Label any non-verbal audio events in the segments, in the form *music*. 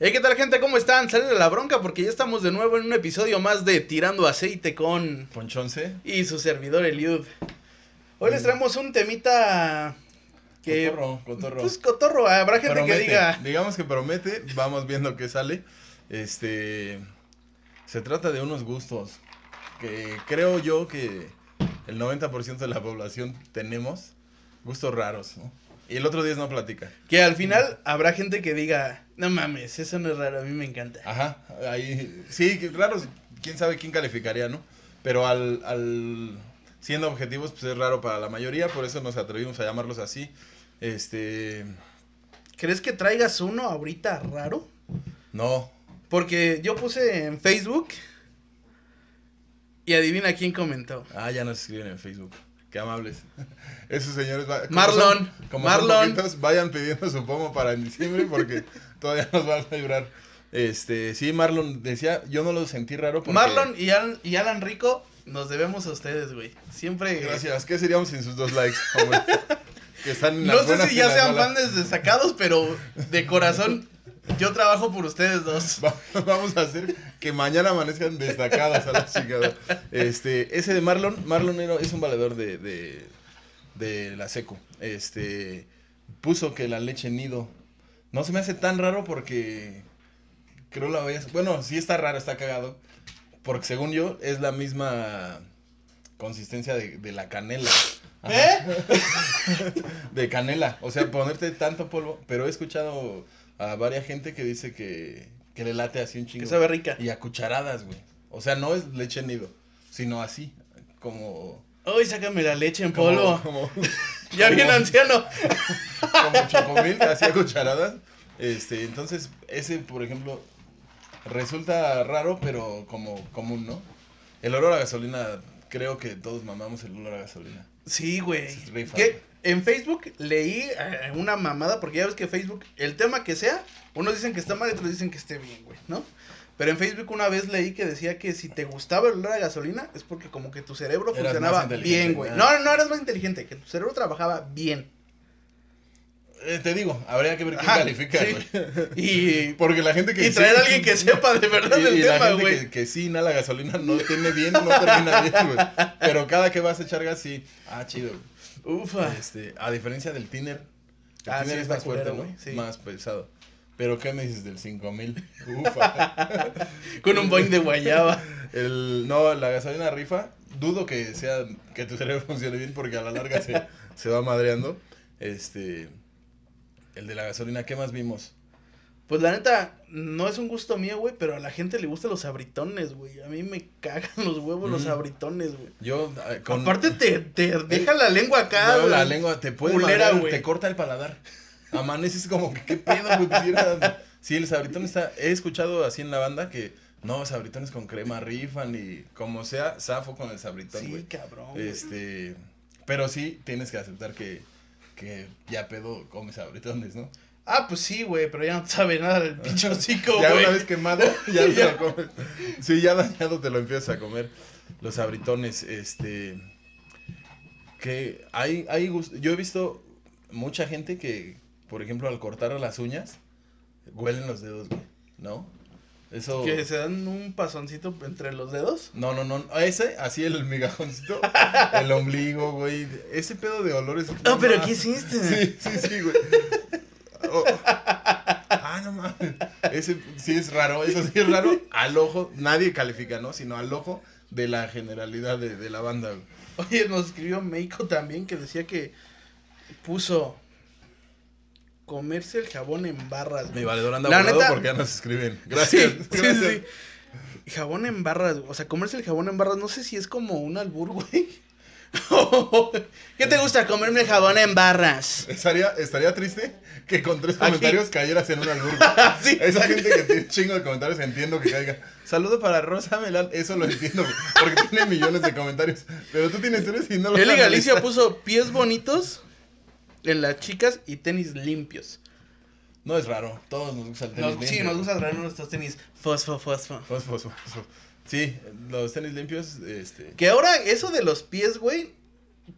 Hey, ¿qué tal, gente? ¿Cómo están? Salen de la bronca porque ya estamos de nuevo en un episodio más de Tirando Aceite con. Ponchonce. y su servidor Eliud. Hoy les traemos un temita. que. Mm. Cotorro, cotorro. Pues cotorro, habrá gente Promete. que *laughs* diga. Digamos que promete, vamos viendo qué sale. Este. Se trata de unos gustos que creo yo que el 90% de la población tenemos. Gustos raros, ¿no? Y el otro 10 no platica. Que al final habrá gente que diga. No mames, eso no es raro, a mí me encanta. Ajá, ahí. Sí, que raros, quién sabe quién calificaría, ¿no? Pero al, al. Siendo objetivos, pues es raro para la mayoría, por eso nos atrevimos a llamarlos así. Este. ¿Crees que traigas uno ahorita raro? No, Porque yo puse en Facebook. Y adivina quién comentó. Ah, ya nos escriben en Facebook. Qué amables. *laughs* Esos señores. va- como Marlon, son- como Marlon. Son poquitos, vayan pidiendo su pomo para en diciembre porque todavía nos van a librar. Este, sí, Marlon decía, yo no lo sentí raro porque. Marlon y Alan, y Alan Rico nos debemos a ustedes, güey. Siempre. Gracias. ¿Qué seríamos sin sus dos likes? hombre? que están en No las sé buenas si y ya las sean malas. fans destacados, pero de corazón yo trabajo por ustedes dos. *laughs* Va- Vamos a hacer que mañana amanezcan destacadas a la chingada. Este, ese de Marlon, Marlon era- es un valedor de, de, de la seco. Este, puso que la leche nido. No se me hace tan raro porque creo la veías. Bueno, sí está raro, está cagado. Porque según yo es la misma consistencia de, de la canela. Ajá, ¿Eh? De canela. O sea, ponerte tanto polvo. Pero he escuchado a varias gente que dice que, que le late así un chingo. Que sabe rica. Y a cucharadas, güey. O sea, no es leche nido, sino así, como... Hoy sácame la leche en como- polvo. Como, ya como- bien anciano. Como chocomil, *laughs* así a cucharadas. Este, entonces, ese, por ejemplo, resulta raro, pero como común, ¿no? El olor a gasolina, creo que todos mamamos el olor a gasolina. Sí, güey. Es rifa. Que en Facebook leí eh, una mamada, porque ya ves que Facebook, el tema que sea, unos dicen que está mal y otros dicen que esté bien, güey, ¿no? Pero en Facebook una vez leí que decía que si te gustaba el olor a gasolina es porque como que tu cerebro Eras más funcionaba inteligente, bien, güey. ah. No, no, no eras más inteligente, que tu cerebro trabajaba bien. Eh, te digo, habría que ver quién Ajá, califica, sí. güey. Y, Porque la gente que... y traer sí- a alguien *laughs* que sepa de verdad y- el y la tema, gente güey. Que, que sí inhala gasolina no tiene bien, no termina bien, güey. Pero cada que vas a echar gas, sí. Ah, chido, güey. Ufa. Este, a diferencia del tiner, el Ah, tiner sí, es está más fuerte, culero, ¿no? güey, sí. Más pesado. Pero ¿qué me dices del 5000? Ufa. Con un boing *laughs* de guayaba. El, no, la gasolina rifa, dudo que sea que tu cerebro *laughs* funcione bien porque a la larga se, se va madreando. Este, el de la gasolina, ¿qué más vimos? Pues la neta, no es un gusto mío, güey, pero a la gente le gustan los abritones, güey. A mí me cagan los huevos los Mm. abritones, güey. Yo eh, con eh, Aparte te, te deja la lengua acá, no, la güey. lengua te puede culera, madrear, güey. te corta el paladar. Amaneces como que qué pedo, güey. Quisiera- Sí, el sabritón está he escuchado así en la banda que no, sabritones con crema rifan y como sea, zafo con el sabritón, Sí, güey. cabrón. güey. Este, pero sí tienes que aceptar que, que ya pedo comes sabritones, ¿no? Ah, pues sí, güey, pero ya no sabe nada del pinche hocico, Ah. ya una güey. vez quemado, ya te *laughs* Ya. lo comes. Sí, ya dañado te lo empiezas a comer. Los sabritones, este. Que hay, hay gust- Yo he visto mucha gente que, por ejemplo, al cortar las uñas, huelen los dedos, güey. ¿No? Eso. Que se dan un pasoncito entre los dedos. No, no, no. a Ese, así el migajoncito, el ombligo, güey. Ese pedo de olores. No, Ah, pero mames. ¿qué hiciste? *laughs* Sí, sí, sí, güey. Oh. Ah, no mames. Ese sí es raro, eso sí es raro. Al ojo, nadie califica, ¿no? Sino al ojo de la generalidad de, de la banda, güey. Oye, nos escribió Meiko también que decía que puso comerse el jabón en barras. Mi valedor anda La volado neta- porque ya nos escriben. Gracias. Sí, sí, gracias. sí, sí. Jabón en barras, güey. o sea, comerse el jabón en barras, no sé si es como un albur, güey. *laughs* ¿Qué te gusta comerme el jabón en barras? Estaría, estaría triste que con tres Aquí. comentarios cayeras en un *laughs* albur. güey. Sí. Esa gente que tiene chingo de comentarios entiendo que caiga. Saludo para Rosa Melal, eso lo entiendo, güey, porque tiene millones de comentarios. Pero tú tienes tres y no lo Eli analizas. Galicia puso pies bonitos en las chicas y tenis limpios. No es raro, todos nos gusta el tenis. Nos- sí, limpio. nos gusta traer nuestros tenis fosfo, fosfo. Fosfo, fosfo. Sí, los tenis limpios, este. Que ahora eso de los pies, güey,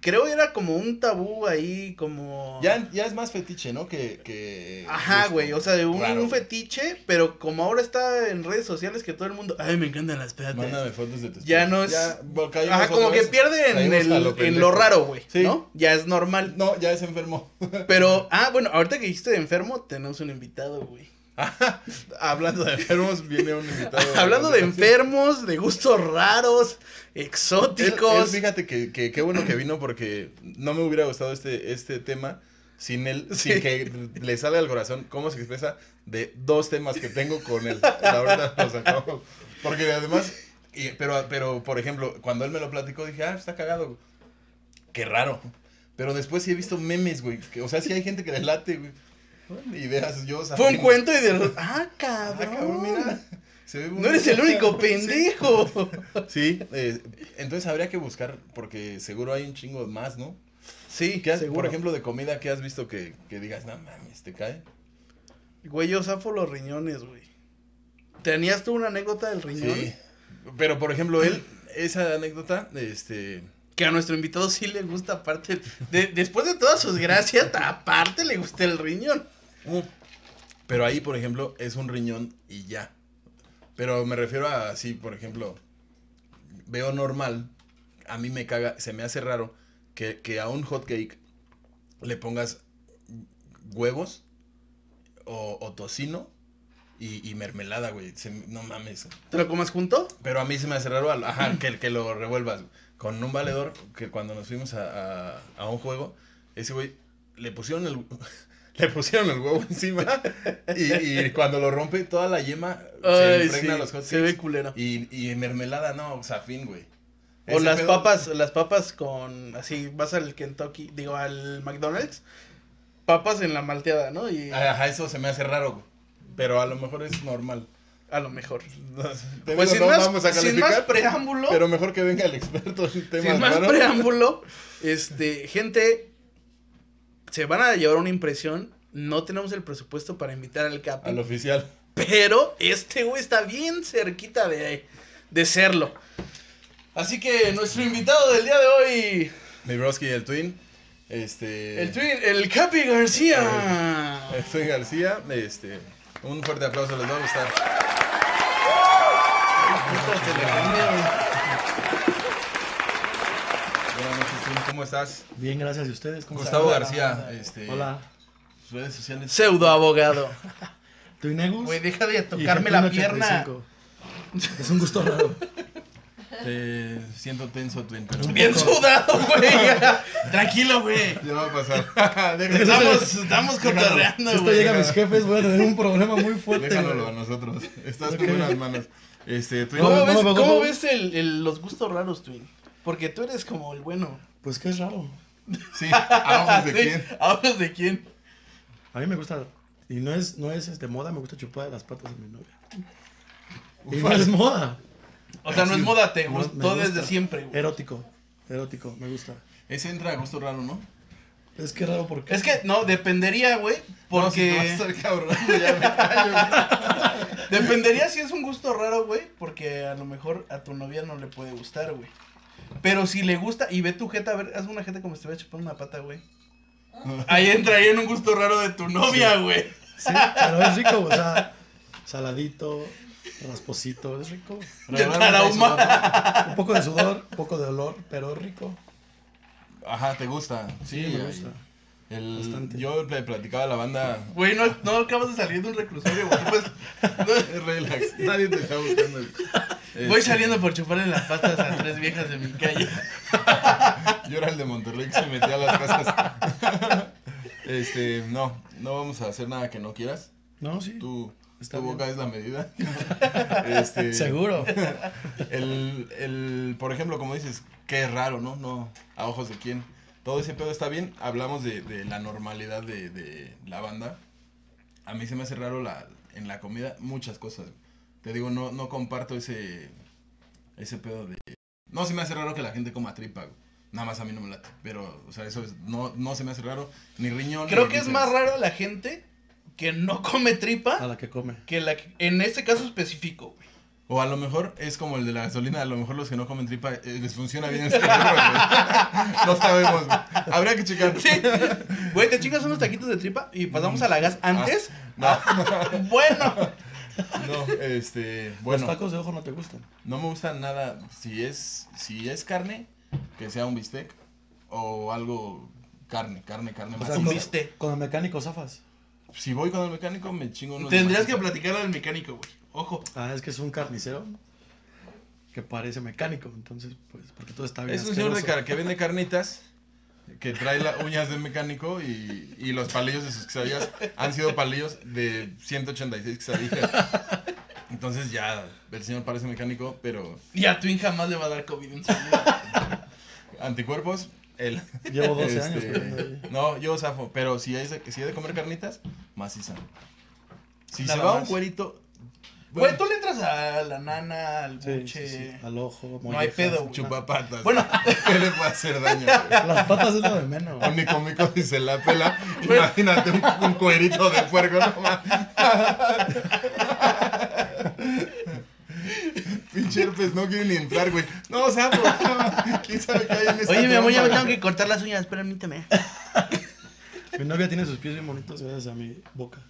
creo era como un tabú ahí, como... Ya, ya es más fetiche, ¿no? Que. que Ajá, gusto. güey, o sea, un, Raro. un fetiche, pero como ahora está en redes sociales que todo el mundo, ay, me encantan las pedas. Mándame fotos de tus Ya pies. no es- bo- caímos Ajá, como otra que vez. pierde en, Caímos el- a lo en pendejo. lo raro, güey, Sí. ¿no? Ya es normal. No, ya *laughs* es enfermo. Pero, ah, bueno, ahorita que dijiste de enfermo, tenemos un invitado, güey. Hablando de enfermos, viene un invitado. *laughs* Hablando de Sí. enfermos, de gustos raros, Él- él, exóticos. fíjate que, que qué bueno que vino porque no me hubiera gustado este, este tema sin él, Sí. sin que le salga al corazón cómo se expresa de dos temas que tengo con él. Ahorita los acabo. Porque además, y- pero, pero por ejemplo, cuando él me lo platicó dije, ah, está cagado. Qué raro. Pero después sí he visto memes, güey. que- O sea, sí hay gente que les late, güey. Ideas, Fue yo. un sabiendo- cuento y de... Ah, Ah, cabrón. cabrón, mira. Se ve No eres el bonito. único *laughs* Sí. pendejo. Sí, eh, entonces habría que buscar, porque seguro hay un chingo más, ¿no? Sí, ¿Qué has- seguro. por ejemplo, de comida, ¿qué has visto que, que digas, no mames, te cae? Güey, yo zafo los riñones, güey. ¿Tenías tú una anécdota del riñón? Sí. Pero, por ejemplo, él, esa anécdota, este... Que a nuestro invitado sí le gusta, aparte. de- después de todas sus gracias, aparte le gusta el riñón. Mm. Pero ahí, por ejemplo, es un riñón y ya. Pero me refiero a, sí, por ejemplo, veo normal, a mí me caga, se me hace raro que, que a un hot cake le pongas huevos o, o tocino y, y mermelada, güey. Se me- no mames. ¿Te lo comas junto? Pero a mí se me hace raro al- ajá, que, que lo revuelvas. Con un valedor que cuando nos fuimos a, a- a un juego, ese güey le pusieron el, *laughs* le pusieron el huevo encima y, y cuando lo rompe toda la yema se Ay, impregna sí, los hot se ve cakes. culero. y, y mermelada, no, zafín, güey. O Ese las pedo- papas, las papas con, así, vas al Kentucky, digo, al McDonald's, papas en la malteada, ¿no? Y Ajá, eso se me hace raro, güey. Pero a lo mejor es normal. a lo mejor. *laughs* Te Pues sin, digo, no más, vamos a sin más calificar, preámbulo, pero mejor que venga el experto en temas sin más raros. preámbulo, este, gente, se van a llevar una impresión, no tenemos el presupuesto para invitar al Capi, al oficial. pero este güey está bien cerquita de, de serlo. Así que nuestro invitado del día de hoy, Mi broski, el Twin. Este. Eh. el twin, el Capi García. el Twin García. Este. Un fuerte aplauso, les va a gustar. Buenas noches, Twin. ¿Cómo estás? Bien, gracias. ¿Y ustedes? ¿Cómo Gustavo están? García. Este, Hola. Sus redes sociales. Pseudo abogado. ¿Tú Inegus? Güey, deja de Y tocarme la pierna. 85. Es un gusto *laughs* raro. Te siento tenso, Twin, pero. Bien sudado, *laughs* güey. Tranquilo, güey. Ya va *laughs* a pasar. Déjalo, Estamos, estamos si cotorreando, esto güey. llega a mis jefes, voy a tener un problema muy fuerte. déjanoslo a güey. nosotros. Estás Ok. con buenas manos. Este, Twin. ¿Cómo No, ves, no, no, cómo no. ves el- el- los gustos raros, Twin? Porque tú eres como el bueno. Pues que es raro. Sí, a ojos de Sí, quién. ¿A ojos de quién? A mí me gusta. Y no es, no es este, moda, me gusta chupar de las patas de mi novia. Y no es moda. O sea, no es Sí. moda, te No, me gustó gusta. desde siempre, güey. Erótico. Erótico, me gusta. Ese entra a gusto raro, ¿no? Es que es raro porque. Es *laughs* que, no, dependería, güey. No, si te vas a Porque. *laughs* estar cabrón, ya me callo, güey. Dependería si es un gusto raro, güey, porque a lo mejor a tu novia no le puede gustar, güey. Pero si le gusta y ve tu jeta, a ver, haz una jeta como si te hubiera chupado una pata, güey. Ahí entraría en un gusto raro de tu novia, güey. Sí, pero es rico, o sea, saladito, rasposito, es rico. De Regalarme Tarahumara. un beso, ¿no? Un poco de sudor, un poco de olor, pero rico. Ajá, te gusta. Sí, me ahí. gusta. El- Bastante. Yo le platicaba a la banda. Güey, no, no acabas de salir de un reclusorio, güey. Pues, Relax, nadie te está buscando. Este, no, *laughs* voy saliendo por chuparle las patas a tres viejas de mi calle. Este, Yo era el de Monterrey que se metía a las casas. *laughs* Este, no, no vamos a hacer nada que no quieras. No, sí. Tu, Está tu bien. boca es *laughs* la medida. Este, Seguro. El, el, por ejemplo, como dices, qué raro, ¿no? No, a ojos de quién. Todo ese pedo está bien. Hablamos de, de la normalidad de, de la banda. A mí se me hace raro la, en la comida muchas cosas. Te digo, no, no comparto ese, ese pedo de... No se me hace raro que la gente coma tripa, güey. Nada más a mí no me late. Pero, o sea, eso es- no, no se me hace raro. Ni riñón. Creo ni que es vísceras. más raro la gente que no come A tripa la que come. que la que, en este caso específico, güey. *laughs* O a lo mejor es como el de la gasolina, a lo mejor los que no comen tripa eh, les funciona *laughs* bien el cerebro, güey. No sabemos, güey. Habría que checar. Sí. Güey, te chingas unos taquitos de tripa y Mm. pasamos a la gas Ah. antes. No, *laughs* Bueno. no, este, Los bueno, tacos de ojo no te gustan. no me gusta nada si es si es carne, que sea un bistec o algo carne, carne, carne O sea, un maciza. con, bistec. con el mecánico zafas. Si voy con el mecánico me chingo unos de Tendrías que maciza. platicarle al mecánico, güey. Ojo. Ah, es que es un carnicero que parece mecánico, entonces, pues, porque todo está bien. Es un señor de asqueroso. cara que vende carnitas, que trae las uñas de mecánico y, y los palillos de sus quesadillas han sido palillos de 186 quesadillas. Entonces ya, el señor parece mecánico, pero Y a Twin jamás le va a dar COVID en su *laughs* vida. anticuerpos, él. Llevo 12 este, años comiendo ahí. No, yo zafo, pero si es de, si es de comer carnitas, maciza. Si Nada se va más. un cuerito. Güey, tú le entras a la nana, al Sí, buche. sí, sí, Al ojo, No hay mollejas. pedo, güey. Chupapatas. Bueno. *laughs* ¿qué le puede hacer daño? güey? Las patas es lo de menos. güey. Único mico si se la *laughs* pela. Imagínate un, un cuerito de puerco nomás. Pinche herpes, no quiere ni entrar, güey. No, sapo. ¿Quién sabe qué hay en esta Oye, mi amor, ya me tumba, tengo que cortar las uñas, permíteme. Mi novia tiene sus pies bien bonitos gracias a mi boca.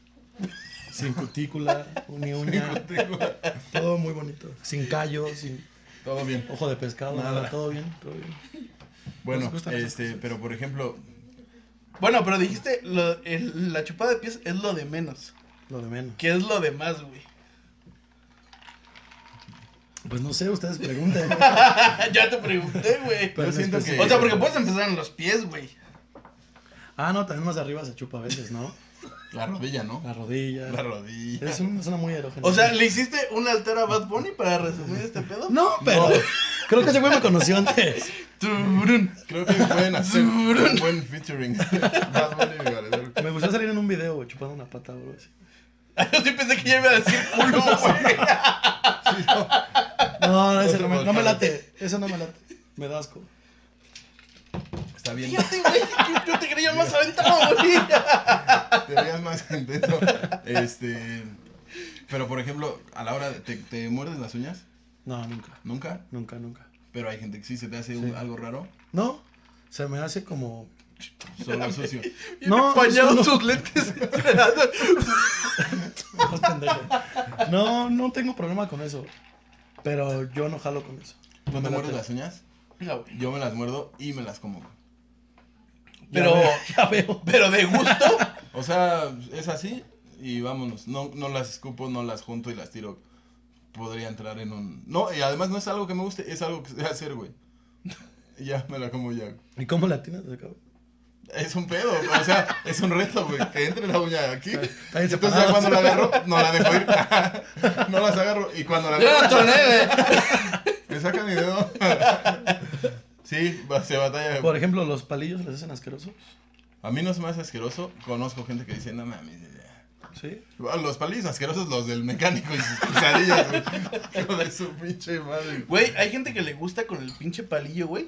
Sin cutícula, ni uña, güey? *laughs* todo muy bonito. Sin callo, sin Todo bien. ojo de pescado, Nada. nada, todo bien, todo bien. Bueno, Pues, Nos gustan esas este, cosas. pero por ejemplo, *laughs* Bueno, pero dijiste, lo- el- la chupada de pies es lo de menos. Lo de menos. ¿Qué es lo de más, güey? *laughs* Pues no sé, ustedes pregunten. ya te pregunté, güey. Pero yo no siento es que. O sea, porque puedes empezar en los pies, güey. Ah, no, también más arriba se chupa a veces, ¿no? La rodilla, ¿no? Ah. La rodilla. La rodilla. Es una zona muy *laughs* erógena. O sea, le hiciste un altar a Bad Bunny para resumir este pedo. No, pero No. creo que ese güey me conoció antes. Turun. Creo que pueden hacer un buen featuring. *laughs* Bad Bunny y Gareth Bale. Me gustó salir en un video, güey, chupando una pata o algo así. *laughs* Yo sí pensé que ya iba a decir culo, güey. No, no, ese Otro no, me, no me volcán. late. Eso no me late. Me da asco. Está bien. Fíjate, güey, que yo te creía más aventado, güey. te veas más *laughs* contento. Este. Pero por ejemplo, a la hora de. ¿Te, te muerdes las uñas? No, nunca. Nunca. Nunca, nunca. Pero hay gente que sí se te hace un- Sí. algo raro. No, se me hace como. Solo sucio. No, No, empañado no. sus lentes. Más pendejo. No, no tengo problema con eso. Pero yo no jalo con eso. ¿No te Me muerdes late. las uñas? No, güey. Yo me las muerdo y me las como. Pero- Ya veo. Pero de gusto. O sea, es así y vámonos. No, no las escupo, no las junto y las tiro. Podría entrar en un. No, y además no es algo que me guste, es algo que sé hacer, güey. *laughs* Ya, me la como ya. ¿Y cómo la tienes? cabrón? Es un pedo, o sea, es un reto, güey. Que entre la uña aquí. bien Entonces ya separados. cuando la agarro, no la dejo ir. *laughs* No las agarro. Y cuando la Yo no agarro, troné, güey. *laughs* me saca mi dedo. *laughs* Sí, va- se batalla. Por ejemplo, los palillos les hacen asquerosos. A mí no se me hace asqueroso. Conozco gente que dice, no mames. ya". Sí. Los palillos asquerosos, los del mecánico y sus quesadillas, güey. *laughs* Hijo de su pinche madre. Güey, hay gente que le gusta con el pinche palillo, güey.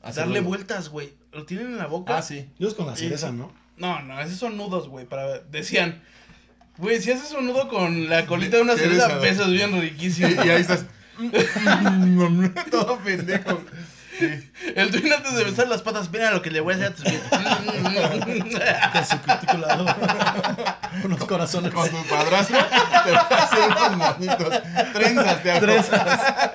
Darle Hacerlo. vueltas, güey. Lo tienen en la boca. Ah, sí. Yo es con la Sí. cereza, ¿no? No, no, esos son nudos, güey. Para... Decían, güey, si haces un nudo con la colita de una Eres cereza, ador- pesas bien Y, riquísimo. *laughs* y ahí estás. Todo pendejo. Sí. El twin antes de besar las patas, mira lo que le voy a hacer a tus *laughs* pies. Con su cutícula. ¿no? *laughs* Unos corazones. Con tu padrastro te va a hacer unos monitos. Trenzas, te hago. Trenzas.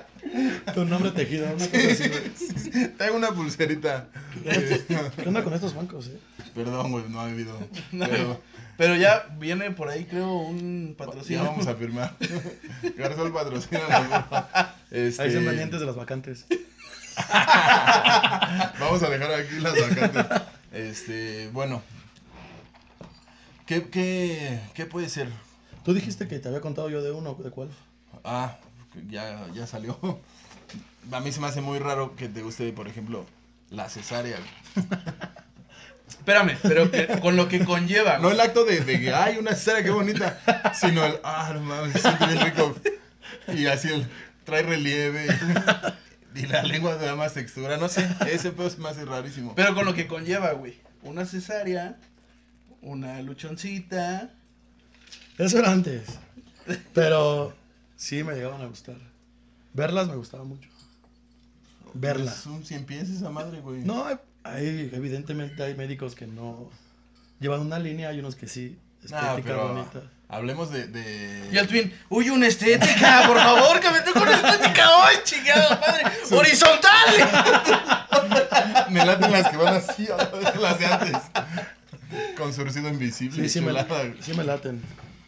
Tu nombre tejido. Una cosa así, güey. Te hago una pulserita. ¿Qué onda con estos bancos, eh? Perdón, güey, no ha habido. No, pero Pero ya viene por ahí, creo, un ya patrocinio. vamos a firmar. Garzón patrocina. Este, Ahí son pendientes de las vacantes. Vamos a dejar aquí las vacantes. Este, bueno. ¿Qué, qué, qué puede ser? Tú dijiste que te había contado yo de uno, ¿de cuál? Ah, ya, ya salió. A mí se me hace muy raro que te guste, por ejemplo, la cesárea. güey. Espérame, pero que- con lo que conlleva. No güey. el acto de, de que, ay, una cesárea, qué bonita, sino el, ah, no mames, se siente bien rico. Y así el, trae relieve y, y la lengua te da más textura, no sé, ese pedo se me hace rarísimo. Pero con lo que conlleva, güey. Una cesárea, una luchoncita. Eso era antes. Pero Sí, me llegaban a gustar. Verlas me gustaba mucho. Verlas. Es un cien pies esa madre, güey. No, hay- hay, evidentemente hay médicos que no llevan una línea, hay unos que sí. Nah, Estética Ah, pero bonita. hablemos de... de... Y al twin, uy, una estética, por favor, que me tengo una estética hoy, chingada madre. ¡Horizontal! *laughs* Me laten las que van así, *laughs* a la vez, las de antes. Con surcido invisible. Sí, sí me, chulada, güey. sí me laten.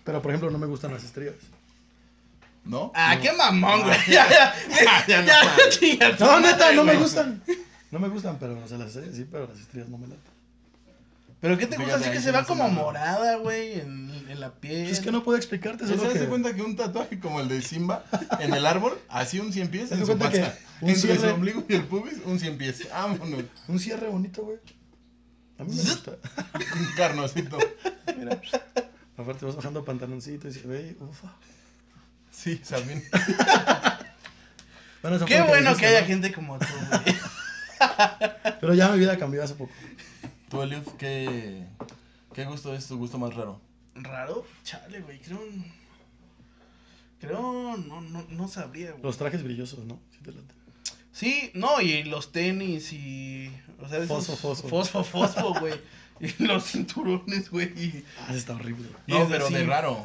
Pero por ejemplo, no me gustan las estrellas. ¿No? Ah, qué mamón, güey. Ya, ya, *laughs* ya, no ya, mames. chinga tu No, neta, madre, no me güey. gustan. No me gustan, pero o sea, las estrellas sí, pero las estrellas no me laten. ¿Pero qué te gusta? Así Fíjate, que ahí se se va me hace como mamón. morada, güey, en, en la piel. Pues Es que no puedo explicarte, ¿Se solo das que... cuenta que un tatuaje como el de *laughs* Simba en el árbol, así un cien pies ¿Te das en su cuenta que panza? un Entre cierre- su ombligo y el pubis, un cien pies. Vámonos. Un cierre bonito, güey. A mí me gusta. Un carnosito. Mira. Aparte vas bajando pantaloncito y se ve, y, ufa. Sí, también. Bueno, eso Qué fue lo que bueno dijiste, que haya ¿no? gente como tú, güey. *laughs* Pero ya mi vida cambió hace poco. Tú, Eliud, ¿qué, ¿qué gusto es tu gusto más raro? Raro, chale, güey. Creo. Creo. No, no, no sabría, güey. Los trajes brillosos, ¿no? Sí te laten. Sí, no, y los tenis y. O sea, de esos- Fosfo, fosfo. Fosfo, fosfo, güey. Y *laughs* los cinturones, güey. y- Ah, está horrible. Y No, es pero así. de raro.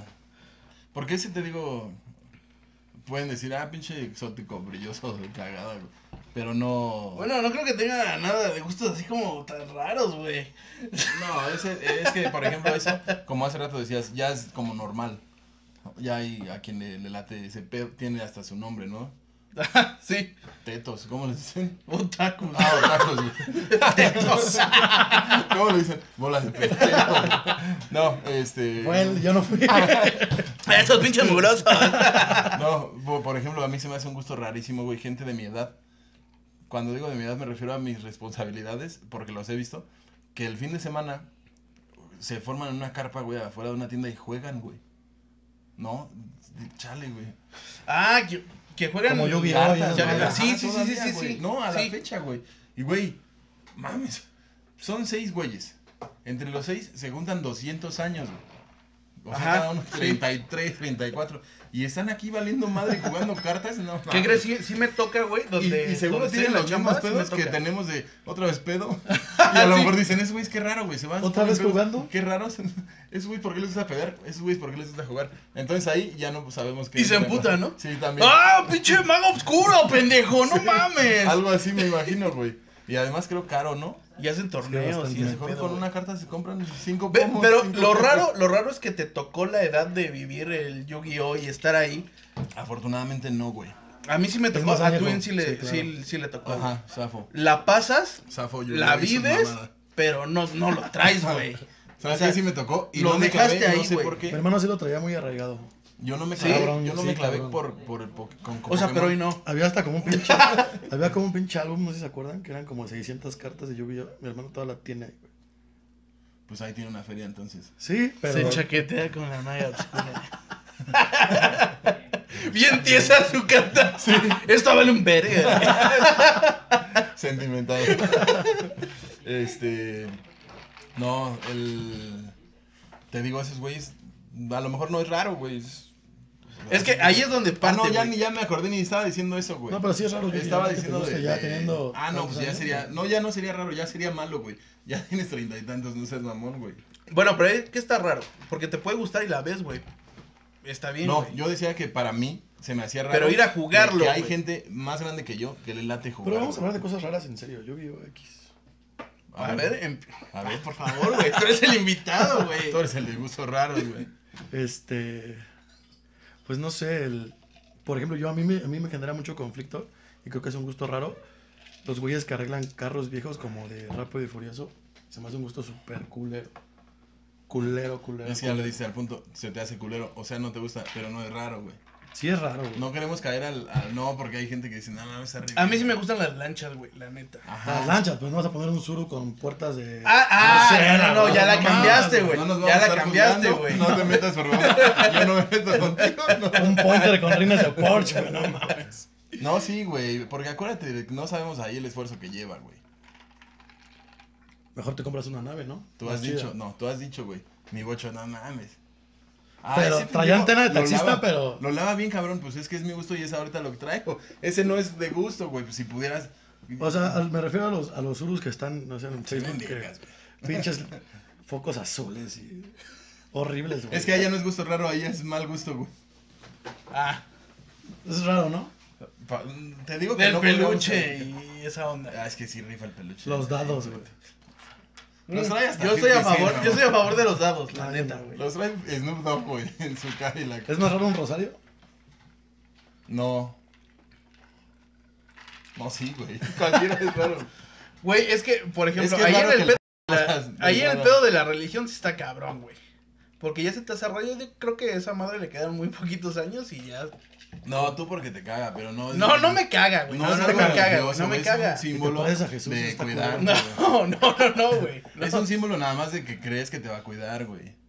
Porque si te digo, pueden decir, ah, pinche exótico, brilloso, cagado, güey. Pero no. Bueno, no creo que tenga nada de gustos así como tan raros, güey. *laughs* No, ese- es que, por ejemplo, eso, como hace rato decías, ya es como normal. Ya hay a quien le, le late ese pedo, tiene hasta su nombre, ¿no? sí, Tetos, ¿cómo le dicen? otaku. *laughs* Ah, otakus, güey. *laughs* Tetos. ¿Cómo le dicen? Bolas de pendejo. güey. No, este. Bueno, yo *laughs* no fui. Esos pinches mugrosos. No, po- por ejemplo, a mí se me hace un gusto rarísimo, güey, gente de mi edad. Cuando digo de mi edad me refiero a mis responsabilidades, porque los he visto, que el fin de semana se forman en una carpa, güey, afuera de una tienda y juegan, güey. No, chale, güey. Ah, que, que juegan. Como yo vi cartas, hoy, ¿no? ya- Ah, Sí, sí, sí, sí, sí, güey. sí. No, a la Sí. fecha, güey. Y, güey, mames, son seis güeyes. Entre los seis se juntan 200 años, güey. O sea, Ajá, cada uno sí. 33, 34. Y están aquí valiendo madre *laughs* jugando cartas. No, ¿Qué mames. crees? Sí, sí me toca, güey. Ah. Y, Donde, y seguro donde estoy tienen en los la mismos chamba, sí me pedos que toca. tenemos de otra *laughs* vez pedo. Y a lo Sí. mejor dicen, es güey, es que raro, güey, se van. ¿Otra vez Pero, jugando? Qué raros. *laughs* Es güey, ¿por qué les gusta pegar? Es güey, ¿por qué les gusta jugar? Entonces ahí ya no sabemos qué. Y se es, emputan, además. ¿no? Sí, también. ¡Ah, pinche mago oscuro, pendejo! ¡No *laughs* mames! Algo así me imagino, güey. Y además creo caro, ¿no? Y hacen torneos bastante. y ese Mejor pedo, con güey. una carta se compran cinco Ve, pomos, pero cinco lo pomos. raro, lo raro es que te tocó la edad de vivir el Yu-Gi-Oh! y estar ahí. Afortunadamente no, güey. A mí sí me tocó, más a viejo. Twin sí le, Sí, claro. sí- sí le tocó. Ajá, Safo. La pasas, Safo, yo la yo hice vives, mamada. pero no, no lo *laughs* traes, güey. ¿Sabes sea, qué? Sí me tocó. Y lo no me dejaste clavé, ahí, no sé güey. por Mi qué. hermano sí lo traía muy arraigado. Yo no me Sí, clavé, yo no sí, me clavé cabrón. por, por el po- con, con O sea, Pokémon. pero hoy no. Había hasta como un *laughs* pinche. había como un pinche álbum, no sé si se acuerdan, que eran como 600 cartas de Yu-Gi-Oh! Mi hermano toda la tiene ahí, güey. Pues ahí tiene una feria entonces. *laughs* Sí, pero. Se chaquetea con la maga oscura. *laughs* Bien tiesa su carta. Esto vale un *laughs* verga. Sentimental. *laughs* este. No, el. Te digo, esos güeyes. A lo mejor no es raro, güey. Es, Es que ahí es donde Ah, parte, no, ya güey. ni ya me acordé ni estaba diciendo eso, güey. No, pero sí es raro que Estaba que te diciendo guste de, ya de- teniendo Ah, no, tantos pues ya años. sería. No, ya no sería raro, ya sería malo, güey. Ya tienes treinta y tantos, no seas mamón, güey. Bueno, pero es que está raro. Porque te puede gustar y la ves, güey. Está bien, No, güey. yo decía que para mí se me hacía raro. Pero ir a de jugarlo, Que hay güey. gente más grande que yo que le late jugar. Pero vamos a güey. hablar de cosas raras en serio, Yu-Gi-Oh! X. A ver, em- A ver, por favor, güey. Tú eres el invitado, güey. Tú eres el de gusto raro, güey. Este. Pues no sé, el, por ejemplo, yo a mí, me, a mí me genera mucho conflicto y creo que es un gusto raro. Los güeyes que arreglan carros viejos como de Rápido y Furioso, se me hace un gusto súper culero. Culero, culero. *laughs* Es que ya lo dice al punto, se te hace culero, o sea, no te gusta, pero no es raro, güey. Sí es raro, güey. No queremos caer al, al no, porque hay gente que dice, no, no, es horrible. A mí sí me gustan las lanchas, güey, la neta. Ajá. Las lanchas, pues no vas a poner un suru con puertas de... Ah, ah, no, no, güey. ya la mames, cambiaste, güey. no nos vamos Ya a la estar cambiaste, juzgando, güey. No te metas, *laughs* por favor. Yo no me meto contigo. No, Un pointer con rines de Porsche, güey, no mames. No, sí, güey, porque acuérdate, de que no sabemos ahí el esfuerzo que lleva, güey. Mejor te compras una nave, ¿no? Tú Más has chida. dicho, no, tú has dicho, güey, mi bocho, no mames. Ah, Pero ese traía yo antena de lo taxista, lava- pero- Lo lava bien, cabrón. Pues es que es mi gusto y es ahorita lo que traigo. Ese no es de gusto, güey. Pues si pudieras. O sea, al- me refiero a los, a los urus que están, no sé, en Sí, Facebook. que- digas, güey. pinches focos azules y horribles, güey. Es que allá no es gusto raro, allá es mal gusto, güey. Ah, Es raro, ¿no? pa- te digo que Del no colgamos peluche ahorita. y esa onda. Ah, es que sí rifa el peluche. Los dados, güey. Los trae hasta Mm, yo estoy a 50 favor, yo cent, ¿no? estoy a favor de los dados, la Ah, neta, no. güey. Los trae Snoop Dogg, güey, *laughs* en su Cadillac. ¿Es más raro *laughs* un rosario? No. No, sí, güey. *laughs* Cualquiera es raro. Güey, es que, por ejemplo, que es ahí raro en que el le- pedo, la- *laughs* las- ahí en las- el pedo de la religión sí está cabrón, güey. Porque ya se te hace raro, yo digo- creo que a esa madre le quedan muy poquitos años y ya. No, tú porque te caga, pero no. es- No, no me caga, güey. no No, es no, algo me caga, güey. religioso, No me es caga. Un símbolo pareces a Jesús, de está cuidar. culero. *laughs* No, no, *laughs* no, no, güey. *laughs* güey. Es No. un símbolo nada más de que crees que te va a cuidar, güey.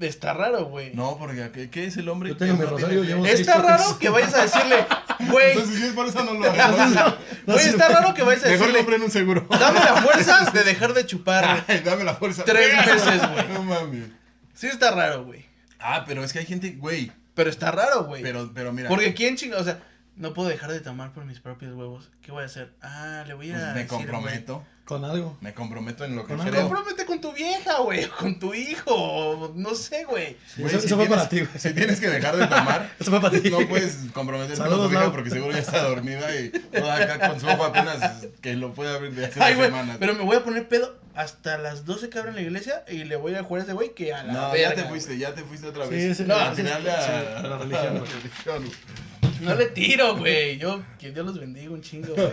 Está raro, güey. No, porque ¿qué, qué es el hombre? Yo tengo que mi no rosario, tiene- llevo- Está raro que vayas a decirle, güey, Entonces, sí, es por eso *laughs* no lo hago. güey, está raro que vayas a Mejor Ah. decirle, compren un seguro. *laughs* dame la fuerza de dejar de chupar. Ay, dame la fuerza. Tres veces, güey. No mames. Sí está raro, güey. Ah, pero es que hay gente, güey. Pero está raro, güey. Pero, pero mira. Porque quién chinga, o sea, no puedo dejar de tomar por mis propios huevos. ¿Qué voy a hacer? Ah, le voy a pues, decir, me comprometo. Con algo. Me comprometo en lo que Con güey. creo. Compromete con tu vieja, güey, o con tu hijo, o no sé, güey. Güey, eso si eso fue tienes- para ti, güey. Si tienes que dejar de tomar, *laughs* Eso fue para ti. no pues. puedes comprometerte con Saludos, tu vieja Lau. porque seguro ya está dormida y toda acá con su ojo apenas que lo puede abrir de hace Ay, dos güey, semanas. pero me voy a poner pedo hasta las 12 que abren la iglesia y le voy a jugar a ese güey que a la No, ya verga, te fuiste, ya te fuiste otra vez. Sí, sí, no, sí, al final sí, a, sí, a la religión, a la güey. religión, *laughs* güey. güey. No le tiro, güey. Yo, que Dios los bendiga un chingo, *laughs* güey.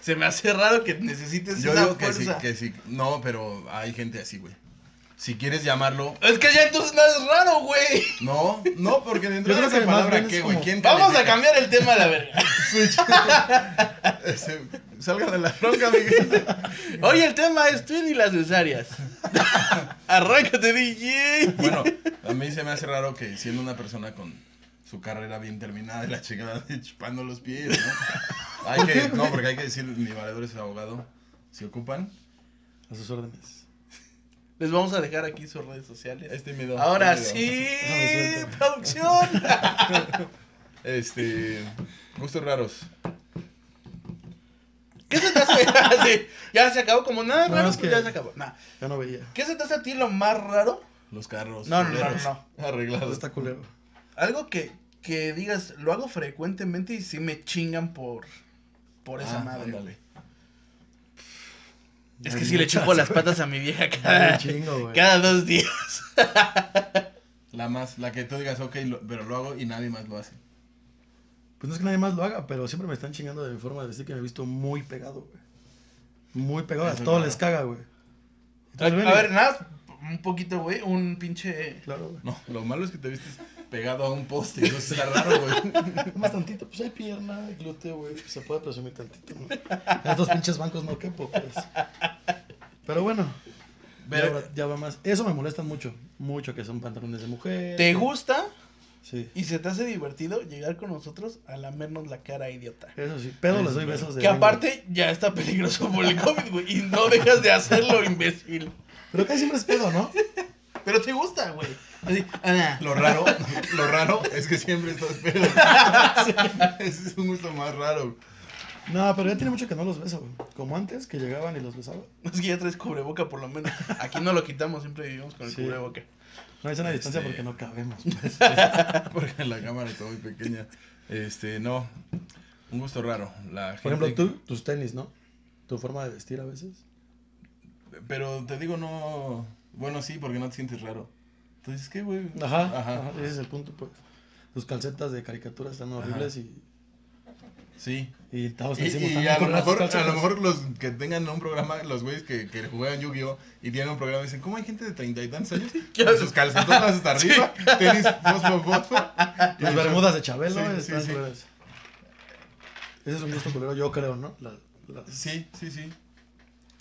Se me hace raro que necesites Yo esa digo que sí, fuerza. que sí. No, pero hay gente así, güey. Si quieres llamarlo. Es que ya entonces no es raro, güey. No, no, porque dentro Yo de creo esa que más palabra, bien ¿qué, es güey? como- ¿Quién Vamos a califica? cambiar el tema a la verga. Switch. *laughs* Este, Salgan de la bronca, amiguitos. Hoy el tema es Twin y las *laughs* usuarias. Arráncate, DJ. Bueno, a mí se me hace raro que siendo una persona con su carrera bien terminada y la chingada de chupando los pies, ¿no? Hay que, no, porque hay que decir, mi valedor es abogado. Si ocupan, A sus órdenes. Les vamos a dejar aquí sus redes sociales. este miedo. Ahora este sí, me suelto. producción. *laughs* miedo. Este, gustos raros. ¿Qué se te hace? Así, ya se acabó, como nada No, raro, es pues que- ya se acabó. Nah. Ya no veía. ¿Qué se te hace a ti lo más raro? Los carros. No, no, no, culeros, no, Eso Arreglados. está culero. Algo que, que digas, lo hago frecuentemente y sí me chingan por, por esa Ah, madre. ándale. Es que sí le chupo *laughs* las patas a mi vieja Un *laughs* cada, chingo, güey. cada dos días. La más, la que tú digas, ok, lo- pero lo hago y nadie más lo hace. Pues no es que nadie más lo haga, pero siempre me están chingando de mi forma de vestir que me he visto muy pegado, güey. Muy pegado. A Eso es todos raro. les caga, güey. A Pues ver, nada, un poquito, güey, un pinche... *laughs* Claro, güey. No, lo malo es que te vistes pegado a un poste. Eso está raro, güey. Más tantito, pues hay pierna, hay glúteo, güey. pues se puede presumir tantito, ¿no? En estos pinches bancos no quepo, pues. Pero bueno, ya, Pero, va, ya va más. Eso me molesta mucho, mucho que son pantalones de mujer. ¿Te gusta Sí, y se te hace divertido llegar con nosotros a lamernos la cara, idiota? eso sí. Pedo Sí, les doy sí, besos de. Que lengua. aparte ya está peligroso por el COVID, güey, y no dejas de hacerlo, imbécil. Pero casi siempre es pedo, ¿no? Pero te gusta, güey. Así, ah, *laughs* Lo raro, lo raro es que siempre estás *laughs* pedo. Ese es un gusto más raro. No, pero ya tiene mucho que no los beso, güey. Como antes, que llegaban y los besaba. es que ya traes cubreboca por lo menos. Aquí no lo quitamos, siempre vivimos con el Sí. cubreboca. *laughs* No hay sana distancia Este- porque no cabemos, pues. Porque la cámara está muy pequeña. Este, no. Un gusto raro. La Por gente- ejemplo, tú, tus tenis, ¿no? Tu forma de vestir a veces. Pero te digo, no. Bueno, sí, porque no te sientes raro. Entonces, ¿qué, güey? Ajá, Ajá. ajá, Ese es el punto, pues. Tus calcetas de caricatura están horribles y. Sí. Y todos Y, decimos y también a, lo con las mejor, a calcetas. lo mejor los que tengan un programa, los güeyes que, que juegan Yu-Gi-Oh! y tienen un programa, dicen, ¿cómo hay gente de treinta y tantos *laughs* años? Con sus calcetotas hasta arriba, tenis fosfo, fosfo. y *laughs* Las el bermudas de Chabelo Sí, están sí, sí. culeras. Ese es un gusto culero, yo creo, ¿no? La- la- Sí, sí, sí.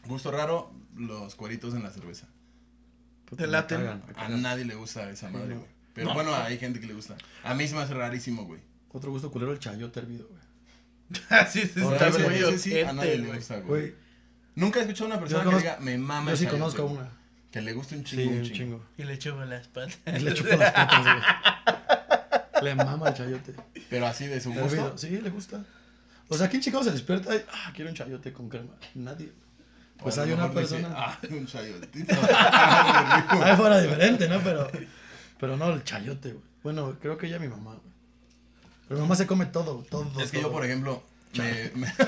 Gusto raro, los cueritos en la cerveza. puta, Te me laten. cagan, me A cagan. nadie le gusta esa Ah, Sí, madre, no. güey. Pero No. bueno, hay gente que le gusta. A mí se me hace rarísimo, güey. Otro gusto culero, el chayote hervido, güey. Así se Ahora, está Ese- muy ese sí, a nadie ojete, le güey. gusta, güey. Güey, Nunca he escuchado a una persona conozco- que diga, me mama yo el sí chayote". conozco una. Que le gusta un Sí, chingo, un un chingo. chingo. Y le chupa las *laughs* patas. Y le chupa las patas, güey. Le mama el chayote. Pero así de su gusto. Hervido. Sí, le gusta. O sea, ¿quién chico se despierta y, ah, quiero un chayote con crema? Nadie. Pues O a hay lo una mejor dice, persona. ah, *laughs* un *laughs* chayotito. Ah, qué rico. Ahí fuera diferente, ¿no? Pero, pero no, el chayote, güey. Bueno, creo que ella mi mamá, güey. Pero mi mamá se come todo, todo. Es que yo, todo. *laughs* por ejemplo, me, me- *laughs*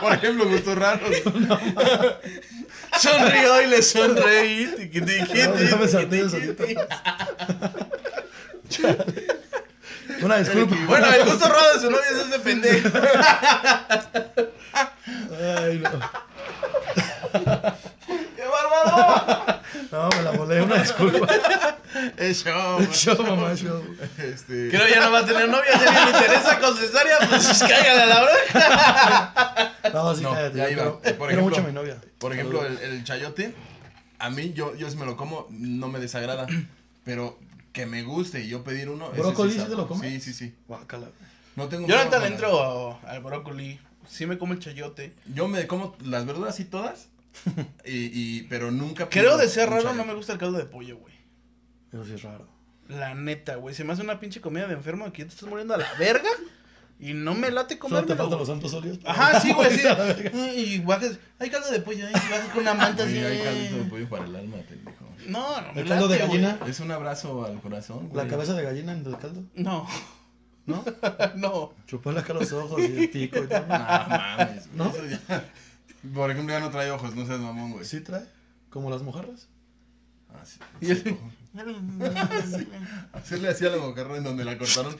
Por ejemplo, gustos raros. *laughs* *laughs* Sonrió y le sonreí. tiqui, tiqui, No, tiqui, no me tiqui, salté los ojitos. *laughs* tiqui. Una disculpa. Bueno, el gusto raro de su novia es ese pendejo. *laughs* Ay, no. *laughs* ¡Qué bárbaro! *laughs* No, me la volé, *laughs* una disculpa. Es show. Yo, mamá, yo. güey. *laughs* Este... Creo ya no va a tener novia, ya ni le interesa con cesárea, pues *laughs* cáigale a la oreja. No, sí, No, cállate. ya yo iba. quiero- Eh, por ejemplo- quiero mucho a mi novia. Por ejemplo, el, el chayote, a mí, yo, yo si me lo como, no me desagrada. *clears throat* Pero que me guste y yo pedir uno. ese ¿Brócoli sí sabe. te lo comes? Sí, sí, sí. Guácala. No tengo Yo ahorita problema con le nada. entro a- al brócoli. Sí me como el chayote. Yo me como las verduras y todas. Y, y- pero nunca. Creo pido de ser un raro, chayote. no me gusta el caldo de pollo, güey. Eso sí es raro. La neta, güey. Se me hace una pinche comida de enfermo aquí. Te estás muriendo a la verga. Y no me late Solo te comer. faltan los santos óleos. Ajá, sí, *laughs* güey. Sí. Y bajas. Hay caldo de pollo. Y bajas con una manta así. Oye, hay caldito de pollo para el alma, te dijo. No, no. me ¿El caldo de late, güey. gallina? Es un abrazo al corazón. güey. La cabeza de gallina en el caldo. No. ¿No? *laughs* No. Chuparle acá los ojos y el tico *laughs* y todo. No ¿no? mames. ¿No? ¿No? Por ejemplo, ya no trae ojos, no seas mamón, güey. ¿Sí trae? ¿Como las mojarras? Ah, sí. Y- Sí, ojo. *laughs* Hacerle así a la bocarra en donde la cortaron.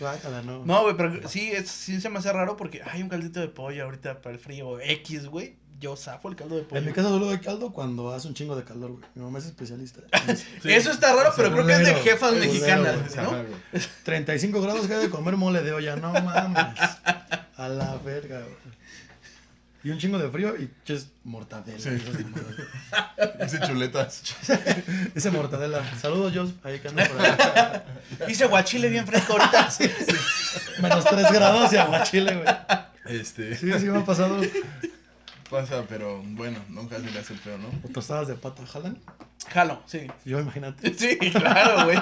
Guácala, no. No, güey, pero sí, es, sí se me hace raro porque hay un caldito de pollo ahorita para el frío X, güey. Yo zafo el caldo de pollo. En mi casa solo doy caldo cuando hace un chingo de calor, güey. Mi mamá es especialista. Eso está raro, pero creo que es de Culero, jefas culero, mexicanas, Ajá, ¿no? güey. 35 grados que hay de comer mole de olla, no mames. A la verga, güey. Y un chingo de frío y ches mortadela. Sí. esas mamadas. Dice chuletas. Ese mortadela. Saludos, Jos. Ahí que ando por acá. Hice guachile bien fresco *laughs* ahorita. Menos 3 grados y aguachile, güey. Este. Sí, sí, me ha pasado. Pasa, pero bueno, nunca se le hace el feo, ¿no? O tostadas de pata, jalan. Jalo, sí. Yo, imagínate. Sí, claro, güey.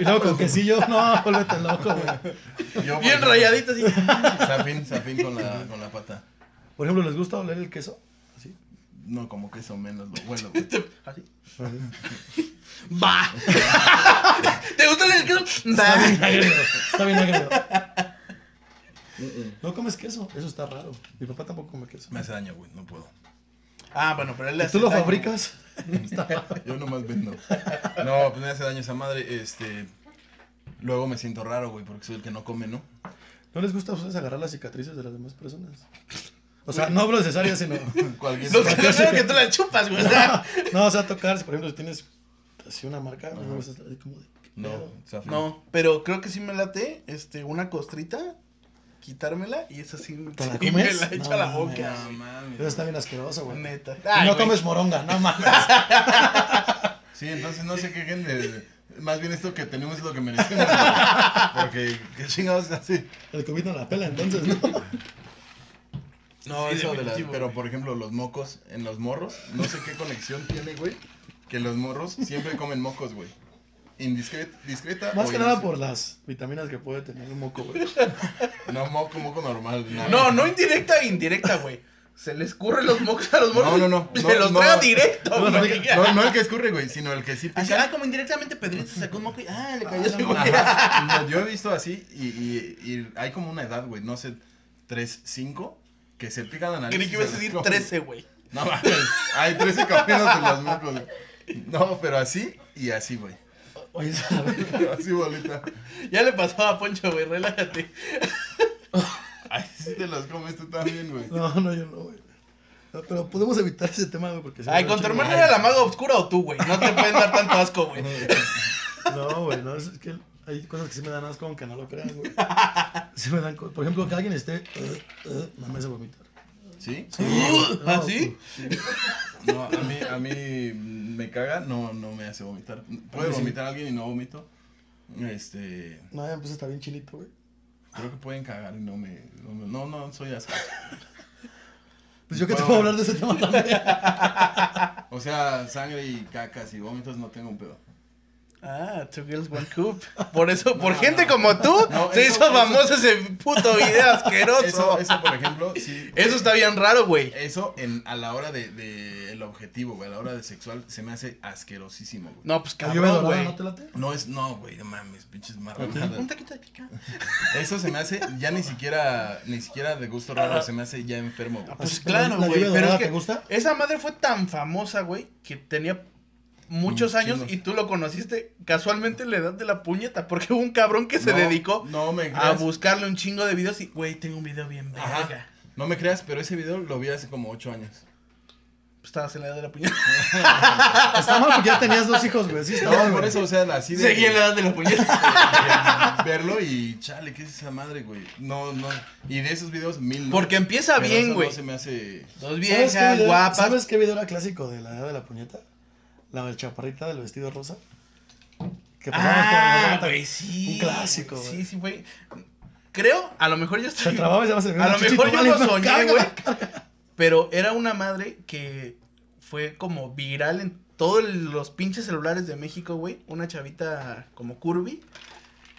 Y luego con quesillo, no, vuélvete loco, güey. Yo, por Bien ejemplo, rayadito así. Sapín, sapín con la, con la pata. Por ejemplo, ¿les gusta oler el queso? Así. No, como queso menos lo huelo, güey. Así. Ah, *laughs* Va. ¿Te gusta el queso? Está Va. bien agrio. Está bien agrio. No comes queso, eso está raro. Mi papá tampoco come queso. Me hace daño, güey, no puedo. Ah, bueno, pero él le ¿Y hace tú lo daño. fabricas? Yo nomás vendo. No, pues me hace daño esa madre. Este. Luego me siento raro, güey, porque soy el que no come, ¿no? *laughs* ¿No les gusta a ustedes agarrar las cicatrices de las demás personas? O sea, no hablo de cesárea, sino... Cualquier Lo que yo creo que tú la chupas, güey. *laughs* No, o sea, tocarse. Por ejemplo, si tienes así una marca, a mí me gusta estar así como de... ¿qué No, pedo? sapín. No, pero creo que sí me late este, una costrita, quitármela *laughs* y esa sí, ¿Te la sí me comes? la echa No a la mames. boca. No mames. Eso está bien asqueroso, güey. Y Neta. no Ay, güey. comes moronga, no mames. *laughs* Sí, entonces no se quejen de. Más bien esto que tenemos es lo que merecemos. güey. Porque, qué chingados así. El COVID no la pela, entonces, ¿no? No, Sí, eso de las. definitivo, Pero güey. por ejemplo, los mocos en los morros, no sé qué conexión tiene, güey. Que los morros siempre comen mocos, güey. Indiscreta. Discreta, Más o que nada indiscreta. por las vitaminas que puede tener un moco, güey. No, moco, moco normal. No, no indirecta, indirecta, güey. Se le escurren los mocos a los morros. No, no, no, Se no, los no. traga directo, No, no, güey. *laughs* No, no el que escurre, güey, sino el que sí Así, pica. ah, como indirectamente Pedrito sacó un moco y. Ah, le cayó Ajá. ese güey. No, yo he visto así y, y- y hay como una edad, güey, no sé, 3, 5, que se pican la nariz. Creí que y ibas a se decir comen. 13, güey. No mames, hay 13 caminos de los mocos, güey. No, pero así y así, güey. Oye, ¿sabes? Así, bolita. Ya le pasó a Poncho, güey, relájate. Ay, sí te los comes tú también, güey. No, no, yo no, güey. No, pero podemos evitar ese tema, güey, porque... si no, Ay, no, con tu chingo. hermano era la maga oscura o tú, güey. No te pueden dar tanto asco, güey. *laughs* No, *laughs* güey, no, es que hay cosas que sí me dan asco, aunque no lo crean, güey. Sí me dan co- Por ejemplo, que alguien esté... Uh, uh, me hace vomitar. ¿Sí? No, pues, ¿Ah, sí? No, a mí, a mí me caga, no, no me hace vomitar. Puede A mí sí. vomitar alguien y no vomito. Este, No, ya, pues está bien chinito, güey. creo que pueden cagar y no me, no, me- no, no soy asco. Pues yo que te Bueno, puedo hablar de ese tema también. O sea, sangre y cacas y vómitos no tengo un pedo. Ah, Two Girls One Cup. Por eso, por No, gente no. como tú, No, se eso- hizo eso- famoso ese puto *laughs* video asqueroso. Eso, Eso, eso por ejemplo, sí. está bien raro, güey. Eso en, a la hora del de, el objetivo, güey, a la hora de sexual, se me hace asquerosísimo, güey. No, pues Lluvia cabrón, dorada, güey. ¿No te late? No es, no, güey, no mames, pinches Un marranadas. taquito de pica. Eso se me hace ya ni siquiera, ni siquiera de gusto raro, se me hace ya enfermo, güey. Pues Así, claro, ¿la güey, lluvia pero es dorada que- ¿Te gusta? Esa madre fue tan famosa, güey, que tenía muchos Mm, años chingo. y tú lo conociste casualmente en la edad de la puñeta, porque hubo un cabrón que se No, dedicó No me a creas. buscarle un chingo de videos y, güey, tengo un video bien Ajá. verga. No me creas, pero ese video lo vi hace como ocho años. Pues Estabas en la edad de la puñeta. Está Pues mal porque ya tenías dos hijos, güey. Sí, está mal, No, *laughs* por güey. eso, o sea, así de. *laughs* Seguí en la edad de la puñeta. verlo y chale, ¿qué es esa madre, güey? No, no. Y de esos videos, mil. *laughs* no. Porque empieza Pero bien, eso güey. No se me hace. Dos ¿Sabes qué viejas, video- guapas. ¿Sabes qué video era clásico de la edad de la puñeta? La del chaparrita del vestido rosa. Que pasaban Ah, con- güey, sí. Un clásico, güey. güey. Sí, sí, güey. Creo, a lo mejor yo Se estoy... trababa y se va a *laughs* hacer A *laughs* lo chichito, mejor yo vale, lo me soñé, carga. güey. Pero era una madre que fue como viral en todos los pinches celulares de México, güey. Una chavita como curvy,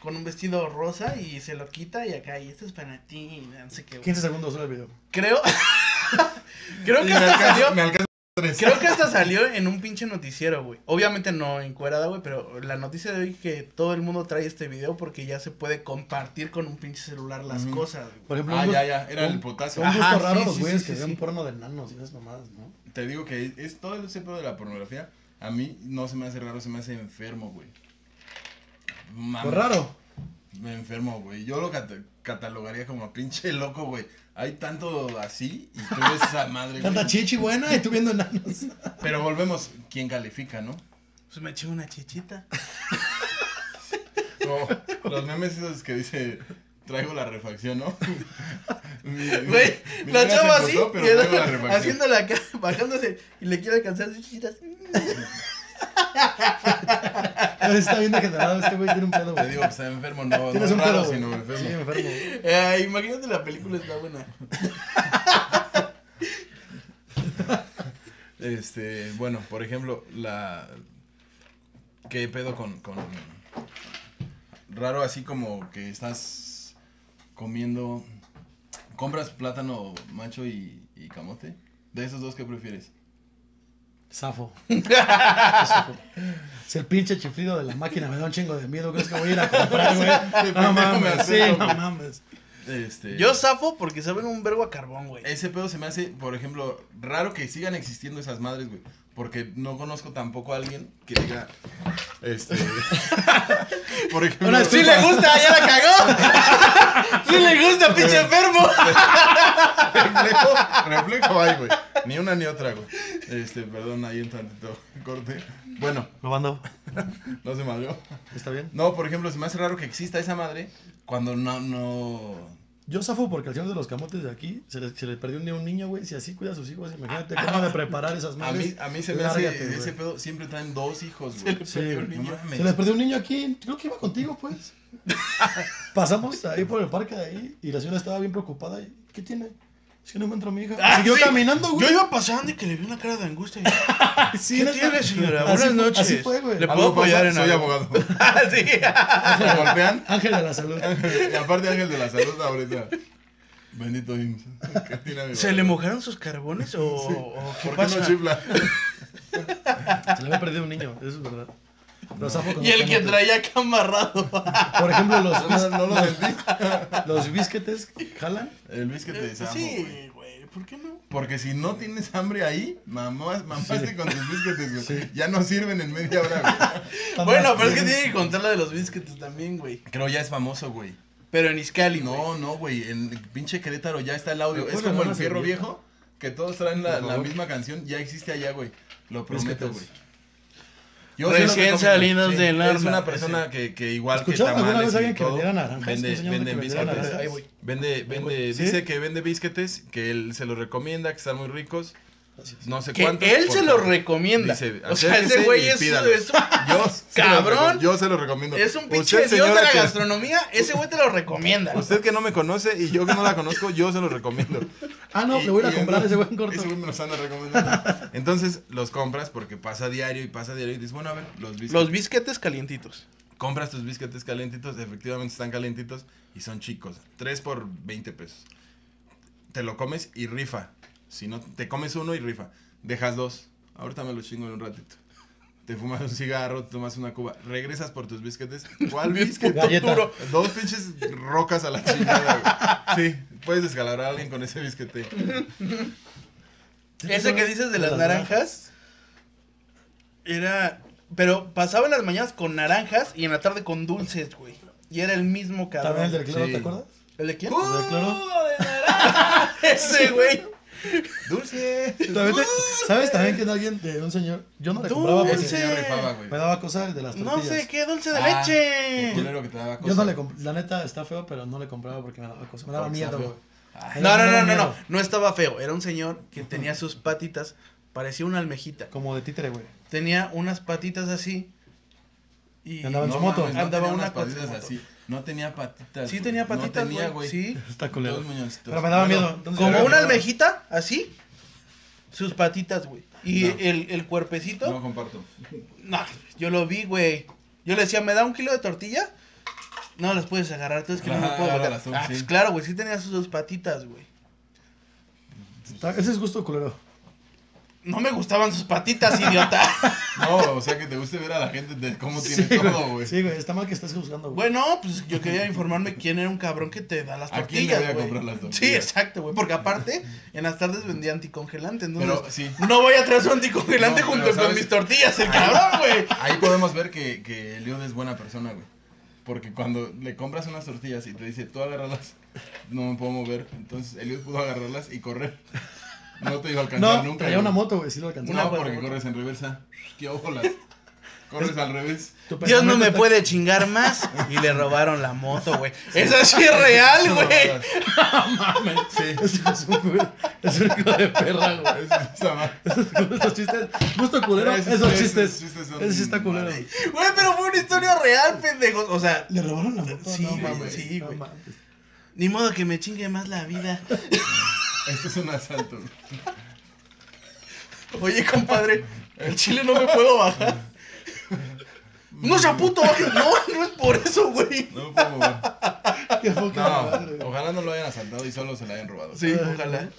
con un vestido rosa y se lo quita y acá, y esto es para ti, y no sé qué, güey. 15 segundos dura el video. Creo... *laughs* Creo que Y me hasta alcanza- salió... Me alcanza tres. Creo que hasta salió en un pinche noticiero, güey. Obviamente no encuerada, güey, pero la noticia de hoy que todo el mundo trae este video porque ya se puede compartir con un pinche celular las Ujú. cosas, güey. Por ejemplo, Ah, un, ya, ya. Era el potasio. un gusto Ajá, Ah, raro sí, los sí, güeyes sí, que sí, vean sí. porno de nanos y esas mamadas, ¿no? Te digo que es, es todo ese pedo de la pornografía. A mí no se me hace raro, se me hace enfermo, güey. Mames, Lo Pues raro. Me enfermo, güey. Yo lo cata- catalogaría como pinche loco, güey. Hay tanto así y tú ves esa madre, *laughs* Tanta güey. chichi buena y tú viendo enanos. *laughs* Pero volvemos, ¿quién califica, no? Pues me eché una *laughs* chichita. No, los memes esos que dice traigo la refacción, ¿no? *laughs* Mi- mi- Güey, mi la tía chava se así, emputó, pero y el *laughs* traigo la otro refacción. haciéndola acá, *laughs* bajándose y le quiere alcanzar sus chichitas. *laughs* Está bien degenerado, este güey tiene un pedo, Te güey. digo que está enfermo, no, Pues no Tienes es un pedo, raro, güey. sino enfermo. Sí, enfermo. güey. Eh, imagínate la película está buena. Este, bueno, por ejemplo, la. ¿Qué pedo con, con. Raro así como que estás comiendo. ¿Compras plátano macho y, y camote? De esos dos, ¿qué prefieres? *laughs* Zafo. Zafo. Si el pinche chiflido de la máquina me da un chingo de miedo, ¿crees que voy a ir a *laughs* comprar, güey? pendejo No me mames, sí, acerco, no güey. mames. Este. Yo zafo porque saben un verbo a carbón, güey. Ese pedo se me hace, por ejemplo, raro que sigan existiendo esas madres, güey. Porque no conozco tampoco a alguien que diga. Este. *laughs* por ejemplo. Una Sí le gusta, ya la cagó. *laughs* Sí le gusta, pinche enfermo. reflejo, reflejo hay, güey. Ni una ni otra, güey. Este, perdón, ahí un tantito corte. Bueno, Lo mando. no se madrió. ¿Está bien? No, por ejemplo, se me hace raro que exista esa madre cuando no, no. Yo zafo porque al señor de los camotes de aquí se le, se le perdió un día un niño, güey. Si así cuida a sus hijos, imagínate cómo de preparar esas *laughs* A mí, madres. a mí se me Lárgate, hace güey. ese pedo. Siempre traen dos hijos, Se güey. le Sí, perdió el güey. No niño. mames. Se les perdió un niño aquí, creo que iba contigo, *laughs* pues. Pasamos ahí por el parque de ahí y la señora estaba bien preocupada. y, ¿Qué tiene? Es que no encuentro a mi hija. Ah, Siguió sí. caminando, güey. Yo iba pasando y que le vi una cara de angustia. Sí, ¿Qué neta. tiene, señora? Así- Buenas noches. Así fue, güey. Le- Algo ¿Puedo apoyar pasa, en Soy algo? abogado. Ah, *laughs* sí. *laughs* Me golpean. Ángel de la *laughs* salud. Y aparte, Ángel de la Salud, ahorita. Bendito IMSS. ¿Qué tiene, mi ¿Se le barba? mojaron sus carbones o, o qué ¿Por qué pasa? no chifla? Se le había perdido un niño, eso es verdad. Lo zafo con y el *laughs* los que camotes. traía acá amarrado. Por *laughs* ejemplo, los, No, no lo sentí. *laughs* los bisquetes jalan. El bis que te desamo, güey. Eh, pues sí, güey, ¿por qué no? Porque si no tienes hambre ahí, mamás, mamaste Sí. con tus biscuits, güey. Sí. Ya no sirven en media *laughs* hora, güey. Están Bueno, más pero es que tiernos. tiene que contar la de los biscuits también, güey. Creo ya es famoso, güey. Pero en Iscali, güey. No, no, güey. En pinche Querétaro ya está el audio. ¿Me Es puedes como dar el una fierro servilleta? viejo, que todos traen la, Por la favor. misma canción. Ya existe allá, güey. Lo prometo, Biscuits. güey. Recién sí lo recomiendo. salidas Sí, del Es arma. una persona que, que igual que ¿Escucharon alguna tamales vez a alguien y que todo, vendiera naranjas? Vende, Un señor que venden vendiera biscuits. naranjas. Ahí voy. Vende, vende, ¿Sí? dice que vende bisquetes, que él se los recomienda, que están muy ricos, Así es. No sé Que cuántos. él por se lo favor. recomienda. Dice, o sea, ese acérquese güey y es, pídalo. *laughs* es, *laughs* Yo se lo Cabrón. recom- yo se lo recomiendo. es un pinche Usted, dios de señora la que- gastronomía. Ese güey te lo recomienda. Usted que no me conoce y yo que no la conozco, yo se lo recomiendo. Ah, *laughs* no, Y- le voy a ir y a comprar ese entonces- buen corto. Ese güey me los anda recomendando. Entonces los compras porque pasa diario y pasa diario y dices, bueno, a ver, los biscuits. Los bisquetes calientitos. Compras tus biscuits calentitos, efectivamente están calentitos y son chicos. 3 por 20 pesos. Te lo comes y rifa. Si no, te comes uno y rifa. Dejas dos. Ahorita me los chingo en un ratito. Te fumas un cigarro, te tomas una cuba. Regresas por tus biscuits. *laughs* ¿Cuál biscuit? Galleta. Duro. Dos pinches rocas a la chingada, güey. Sí, puedes descalabrar a alguien con ese bisquete. Ese que dices de las naranjas era. Pero pasaba en las mañanas con naranjas y en la tarde con dulces, güey. Y era el mismo También cabrón. el del cloro, Sí. ¿te acuerdas? ¿El de quién? ¿De cloro? Ese, güey. Dulce. También te- ¿Sabes también que alguien de un señor? Yo no le compraba Ese Dulce. porque señor rifaba, güey. me daba cosa el de las No tortillas. sé qué dulce de Ah, el leche. culero que te daba Yo no cosa. le comp- la neta está feo, pero no le compraba porque me daba cosa, me daba Porque está miedo, feo. güey. Me No, daba- no, no, me daba no, no. miedo. No estaba feo. Era un señor que tenía sus patitas. Parecía una almejita. Como de *laughs* títere, güey. Tenía unas patitas así. Y. Y andaba en No su moto. mames, no Andaba tenía una unas con su patitas moto. así. No tenía patitas. Sí, güey. tenía patitas, No tenía, güey. Sí. Está Todos culero. muñoncitos. Pero me daba Bueno, miedo. entonces- Como Pero una no. almejita, así. Sus patitas, güey. Y No. el, el cuerpecito. No comparto. No, yo lo vi, güey. Yo le decía, ¿me da un kilo de tortilla? No las puedes agarrar, tú es que no me Ajá, puedo agárralas voltear. tú, Ah, sí. pues claro, güey, sí tenía sus dos patitas, güey. Está- Ese es gusto culero. No me gustaban sus patitas, idiota. *laughs* No, o sea que te guste ver a la gente de cómo tiene Sí, todo, güey. Sí, güey, está mal que estés juzgando, güey. bueno, pues yo quería informarme quién era un cabrón que te da las ¿A quién le tortillas, voy a güey. comprar las tortillas? Sí, exacto, güey, porque aparte en las tardes vendía anticongelante, entonces Pero sí. no voy a traer su anticongelante No, junto pero con ¿sabes? mis tortillas, el cabrón, güey. Ahí podemos ver que, que Eliud es buena persona, güey. Porque cuando le compras unas tortillas y te dice, tú agárralas, no me puedo mover. Entonces Eliud pudo agarrarlas y correr. No te iba a alcanzar No, nunca. traía una güey. moto, güey, sí lo alcanzó. Una No, porque moto. corres en reversa. Qué óbolas. Corres al revés. *laughs* Tu Dios no pensamiento me está- puede chingar más. Y le robaron la moto, güey. *laughs* Esa sí es real, güey. *laughs* Sí. Ese *laughs* Es un güey, es un hijo de perra, *laughs* güey. Es- esa madre. Esos chistes, gusto culero, Esos esos chistes, esos chistes. chistes son Ese sí está culero. madre. Güey, pero fue una historia real, pendejos. O sea, Le robaron la moto. Sí, no, güey, mames, sí, no güey. mames. ni modo que me chingue más la vida. Esto Este es un asalto. Oye, compadre, el chile no me puedo bajar. No sea puto, baje. No, no es por eso, güey. No me puedo mover. *laughs* Qué poca madre, No, güey. ojalá no lo hayan asaltado y solo se la hayan robado. Sí, ojalá.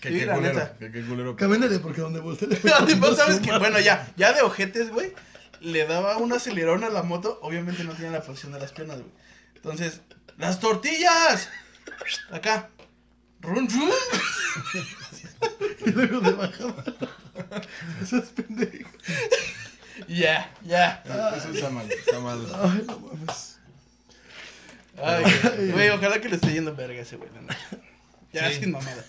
Que sí, qué la culero. neta. Que qué culero. Camínale porque donde volteé. *laughs* le- Tipo, ¿sabes qué? Bueno, ya, ya de ojetes, güey. Le daba un acelerón a la moto. Obviamente no tenía la posición de las piernas, güey. Entonces, ¡las tortillas! Acá. Run, run. Y luego de *laughs* bajada. Esos pendejos. Ya, ya. Eso está mal, está mal. Ay, no mames. Ay, güey. güey, ojalá que le esté yendo verga ese güey. la neta. Ya, Sí. sin mamada.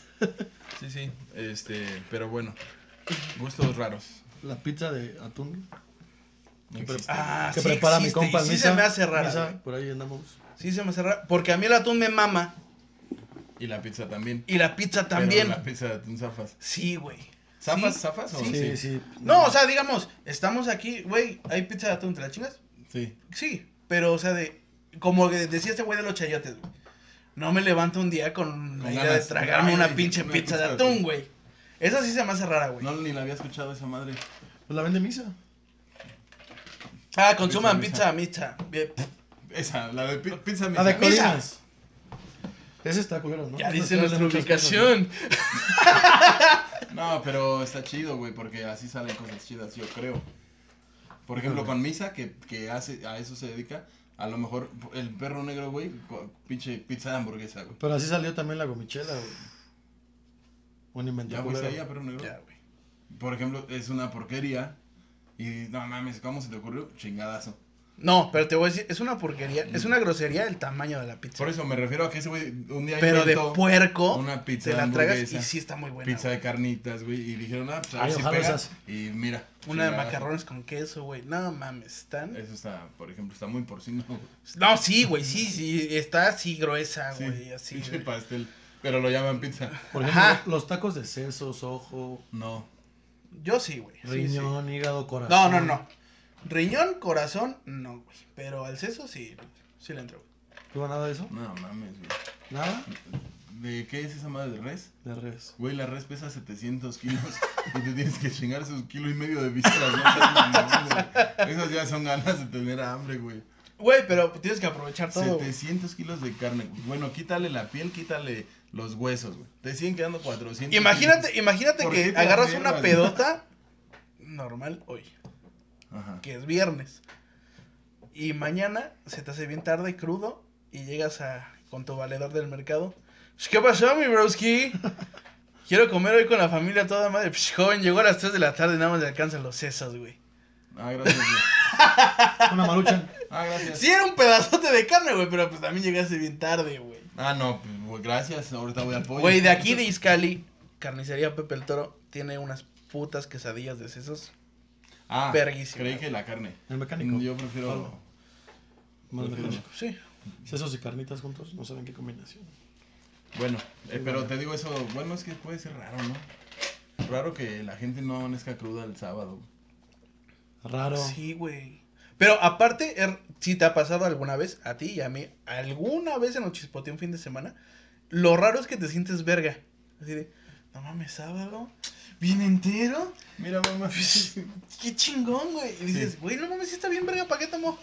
Sí, sí. Este, pero bueno. Gustos raros. La pizza de atún No Que pre- existe. Ah, que sí prepara existe, mi compa y Sí Misa. se me hace rara. Misa, güey. por ahí andamos. Sí se me hace rara. Porque a mí el atún me mama. Y la pizza también. Y la pizza Pero también. la pizza de atún zafas. Sí, güey. ¿Zafas, Sí. zafas o Sí, sí? No, o sea, digamos, estamos aquí, güey, ¿hay pizza de atún? ¿Te la chingas? Sí. Sí, pero, o sea, de. Como que decía este güey de los chayotes, güey. No me levanto un día con la Con idea de ganas. tragarme Ay, una pinche una pizza de pizza de atún, atún. güey. Esa sí se me hace rara, güey. No, ni la había escuchado esa madre. Pues la vende Misa. Ah, consuman Pizza, pizza, pizza. Bien. Esa, la de pi- pizza La de misa. Misa. Colinas. Ese está culero, ¿no? Ya dice Nos nuestra sale muchas ubicación. No, pero está chido, güey, porque así salen cosas chidas, yo creo. Por ejemplo, con Misa, que, que hace, a eso se dedica, a lo mejor el perro negro, güey, co- pinche pizza de hamburguesa, güey. cosas. Pero así salió también la gomichela, güey. Un invento Ya, güey, culero. ahí a perro negro. Ya, güey. Por ejemplo, es una porquería. Y no mames, ¿cómo se te ocurrió? Chingadazo. No, pero te voy a decir, es una porquería, es una grosería el tamaño de la pizza. Por eso me refiero a que ese güey un día Pero de inventó puerco, una pizza te de la tragas y hamburguesa, sí está muy buena. pizza güey. de carnitas, güey, y dijeron, ah, pues a Ay, ver si ojalá pega. esas. Y mira. Una de chingadazo. macarrones con queso, güey. No mames, están. Eso está, por ejemplo, está muy porcino, güey. No, sí, güey, sí, sí. Está así gruesa, Sí, güey, así. pinche güey. pastel. Pero lo llaman pizza. Por ejemplo, Ajá. los tacos de sesos, ojo, No. Yo sí, güey. sí, sí. riñón, hígado, corazón. No, no, no. Riñón, corazón, no, güey. Pero al seso sí, sí le entro, güey. ¿Tú nada de eso? No mames, güey. ¿Nada? ¿De qué es esa madre de res? *laughs* De revés. Güey, la res pesa 700 kilos y te tienes que chingar sus kilo y medio de vísceras. ¿no? Estás mamando, güey. Esas ya son ganas de tener hambre, güey. Güey, pero tienes que aprovechar todo, güey. 700 kilos de carne. güey. Bueno, quítale la piel, quítale los huesos, güey. Te siguen quedando 400. Imagínate, imagínate ¿Por qué que te agarras aferras? una pedota normal hoy, Ajá. que es viernes. Y mañana se te hace bien tarde, crudo, y llegas a con tu valedor del mercado. Pues, ¿Qué pasó, mi broski? Quiero comer hoy con la familia toda madre. Pues, joven, llegó a las 3 de la tarde, nada más le alcanzan los sesos, güey. Ah, gracias, güey. Una maruchan. Ah, gracias. Sí, era un pedazote de carne, güey, pero pues también llegaste bien tarde, güey. Ah, no, pues, güey, gracias. Ahorita voy al pollo. Güey, de aquí de Iscali, carnicería Pepe el Toro, tiene unas putas quesadillas de sesos. Ah, Verguísima. creí que la carne. El mecánico. Yo prefiero. Pablo. Más prefiero- mecánico. Sí. Sesos y carnitas juntos, no saben qué combinación. Bueno, eh, pero te digo eso. Bueno, es que puede ser raro, ¿no? Raro que la gente no amanezca cruda el sábado. Raro. Sí, güey. Pero aparte, er- si te ha pasado alguna vez, a ti y a mí, alguna vez en un chispoteó un fin de semana, lo raro es que te sientes verga. Así de, no mames, sábado, bien entero, Mira, *laughs* mamá. qué chingón, güey. Y dices, Sí. güey, no mames, sí está bien verga, ¿para qué *laughs* tomó?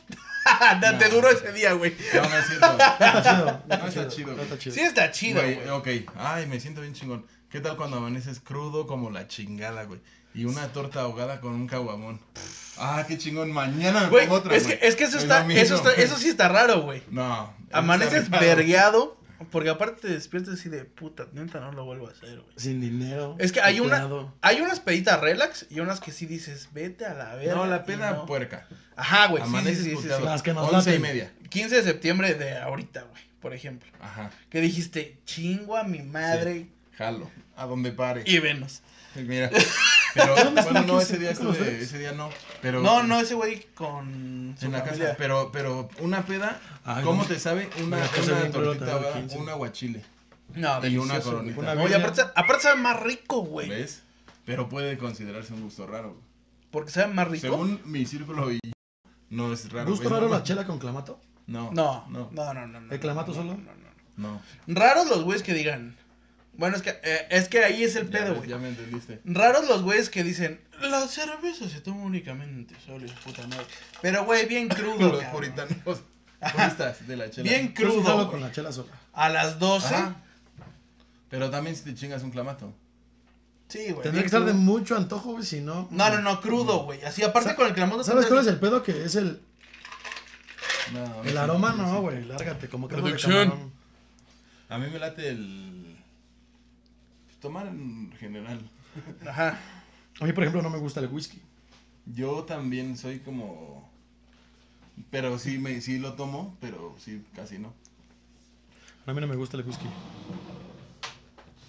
Te No. duró ese día, güey. No, no es cierto. *laughs* *laughs* Está chido. No está chido, No está güey. chido. Sí está chido, Güey, güey. ok, ay, me siento bien chingón. ¿Qué tal cuando amaneces crudo como la chingada, güey? Y una torta ahogada con un caguamón. Ah, qué chingón. Mañana me Güey, como otra. es que, güey. es que eso, Es está, lo eso, mismo, está- eso güey. sí está raro, güey. *laughs* No. Amaneces está raro. vergueado, porque aparte te despiertas así de puta, neta, no lo vuelvo a hacer, güey. Sin dinero. Es que hay una- golpeado. Hay unas peditas relax y unas que sí dices, vete a la verga. No, la y pena pues, no. puerca. Ajá, güey. Pues Sí, sí, Amaneces sí, sí, puteado. sí. Las que nos 11 y laten. media. 15 de septiembre de ahorita, güey, por ejemplo. Ajá. Que dijiste, chingo a mi madre Jalo. A donde pare. y venos. *laughs* Mira. Pero bueno, no, ese día ¿Con los estuve, dedos? ese día no. Pero No, no, ese güey con su en la familia. casa, pero pero una peda, Ay, ¿cómo no. te sabe una, Ah, Una cosa una bien tortita brutal, ahogada, 15. un aguachile? No, Y una delicioso, coronita. güey. Una No, y birria. aparte, aparte sabe más rico, güey. ¿Ves? Pero puede considerarse un gusto raro. güey. Porque sabe más rico. Según mi círculo y no es raro. ¿Gusto güey. raro No, la chela con clamato? No. No, no, No. no, no. no, ¿El clamato no, solo? No, no, no. no. Raros los güeyes que digan. Bueno, es que, eh, es que ahí es el Ya, pedo, ves, güey. ya me entendiste. Raros los güeyes que dicen, la cerveza se toma únicamente solo, y su puta madre. Pero, güey, *laughs* bien crudo. Los cabrón. puritanos puristas de la chela. Bien Yo sí jalo crudo. con güey. la chela sola. A las 12. Ajá. Pero también si te chingas un clamato. Pues Sí, güey. Tendría bien que estar de crudo. mucho antojo, güey, si no. No, no, no, crudo, güey. Así, aparte Sa- con el clamato. ¿Sabes cuál es el pedo? Que es el, No, a mí el sí, aroma, sí, sí. no, güey. Lárgate, como que de Producción. camarón. A mí me late el. Tomar en general. Ajá. A mí, por ejemplo, no me gusta el whisky. Yo también soy como. Pero sí, me, sí lo tomo, pero sí, casi no. A mí no me gusta el whisky.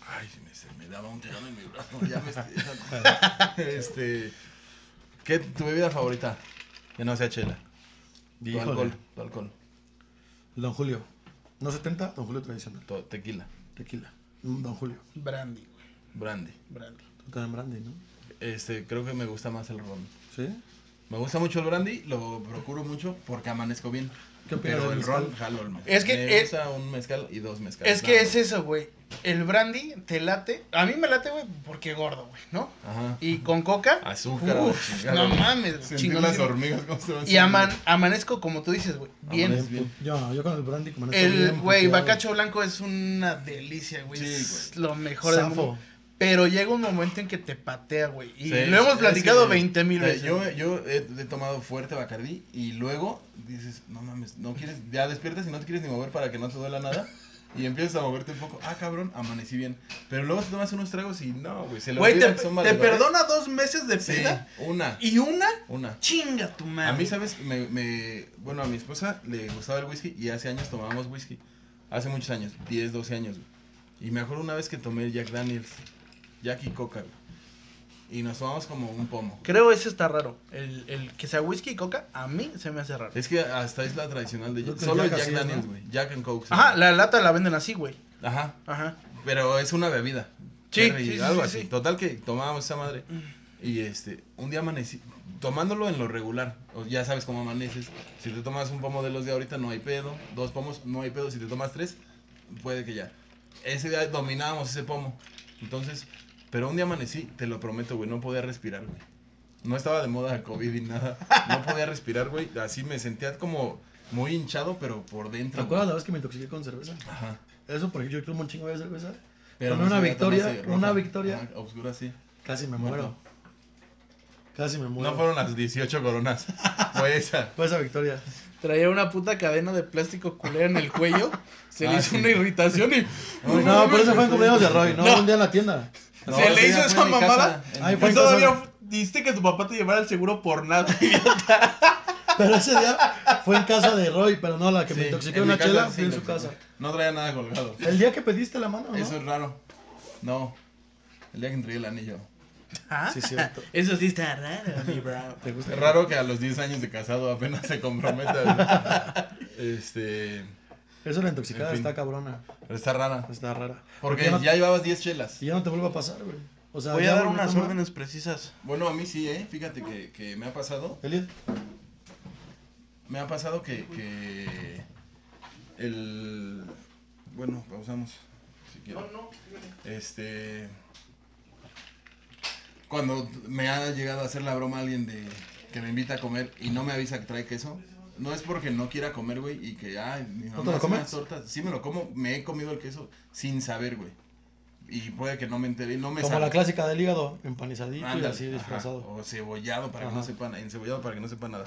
Ay, se me, se me daba un tirón en mi brazo. Ya me estoy. *laughs* este. ¿Qué tu bebida favorita? Que no sea chela. Tu Híjole. alcohol. Tu alcohol. Don Julio. No 70, Don Julio tradicional. tu tequila. Tequila. Mm, Don Julio. Brandy, güey. Brandy. Brandy. Tú también brandy, ¿no? Este, creo que me gusta más el ron. ¿Sí? Me gusta mucho el brandy, lo procuro mucho porque amanezco bien. ¿Qué opinas Pero del el mezcal? ron, jalo el mezcal. Es que me es- gusta un mezcal y dos mezcales. Es que nada es eso, güey. El brandy te late. A mí me late, güey, porque gordo, güey, ¿no? más. Ajá. Y con coca. Azúcar, a la uf, chingada, no güey. mames, güey, Sentir chingoncísimo. las hormigas cómo se van Y aman- amanezco, como tú dices, güey. Bien. Amanezco. bien. Yo, yo con este el brandy como El, güey, bacacho blanco es una delicia, güey. Sí, es güey. lo mejor del Zafo. mundo. Pero llega un momento en que te patea, güey. Y Sí, lo hemos es platicado que- 20 mil o sea, veces. Yo, eh, yo he, he tomado fuerte Bacardí y luego dices, no mames, no quieres, ya despiertas y no te quieres ni mover para que no te duela nada. Y empiezas a moverte un poco. Ah, cabrón, amanecí bien. Pero luego te tomas unos tragos y no, güey. Se le Güey, olvida te, que son te valedores. perdona dos meses de Sí, peda una, y una una. chinga tu madre. A mí, ¿sabes? Me, me- Bueno, a mi esposa le gustaba el whisky y hace años tomábamos whisky. Hace muchos años, 10, 12 años. güey. Y me acuerdo una vez que tomé el Jack Daniels, Jack y Coca, güey. Y nos tomamos como un pomo. Creo ese está raro. El, el que sea whisky y coca, a mí se me hace raro. Es que hasta es la tradicional de Creo que Solo Jack Jack así es, Daniels, ¿no? güey. Jack and Coke. se Ajá, llama. la lata la venden así, güey. Ajá. Ajá. Pero es una bebida. Sí, Berry, sí, sí, sí, algo así. sí. Total que tomábamos esa madre. Y este, un día amanecí tomándolo en lo regular. o ya sabes cómo amaneces. Si te tomas un pomo de los de ahorita no hay pedo, dos pomos no hay pedo, si te tomas tres puede que ya. Ese día dominábamos ese pomo. Entonces, pero un día amanecí, te lo prometo, güey, no podía respirar, güey. No estaba de moda COVID ni nada. No podía respirar, güey. Así me sentía como muy hinchado, pero por ¿Te dentro. acuerdas la vez que me intoxiqué con cerveza? güey. Ajá. Eso porque yo tomo un chingo de cerveza. no Con una se veía victoria, tomarse una roja. victoria. Ajá, obscura, sí. Casi me Muerto. muero. Casi me muero. No fueron las 18 coronas. Fue esa. Fue esa victoria. Traía una puta cadena de plástico culera en el cuello. Se Ah, le hizo sí. una irritación y. No, No, por eso fue no, en cumpleaños de Roy, ¿no? no. Un día en la tienda. No, ¿Se le sí, hizo fue esa en mi mamada? casa, en Ay, mi- fue- Y todavía diste que tu papá te llevara el seguro por *laughs* nada. Pero ese día fue en casa de Roy, pero no la que sí, me intoxiqué en mi una casa, chela, sí, fui en lo su que- casa. No traía nada colgado. El día que pediste la mano, ¿no? Eso es raro. No. El día que entregué el anillo. Ah, Sí, cierto. ¿Ah? Eso sí está raro, mi bro. ¿Te gusta? Es raro que a los 10 años de casado apenas se comprometa. güey. *laughs* este. Eso la intoxicada En fin. está cabrona. Pero está rara. Está rara. Porque ya no, ya llevabas 10 chelas. y ya no te vuelva a pasar, güey. O sea, Voy ya a dar volver unas tomar. órdenes precisas. Bueno, a mí sí, ¿eh? Fíjate que, que me ha pasado. Elliot, Me ha pasado que, que el... Bueno, pausamos, si quieren. no. Este... Cuando me ha llegado a hacer la broma alguien de que me invita a comer y no me avisa que trae queso, no es porque no quiera comer, güey, y que, ay, mi te mamá lo hace comes? unas tortas. Sí me lo como, me he comido el queso sin saber, güey. Y puede que no me enteré, no me como sabe. la clásica del hígado, empanizadito y Ándale, así ajá, disfrazado. O cebollado para que no Ajá. sepan, encebollado para que no sepan nada.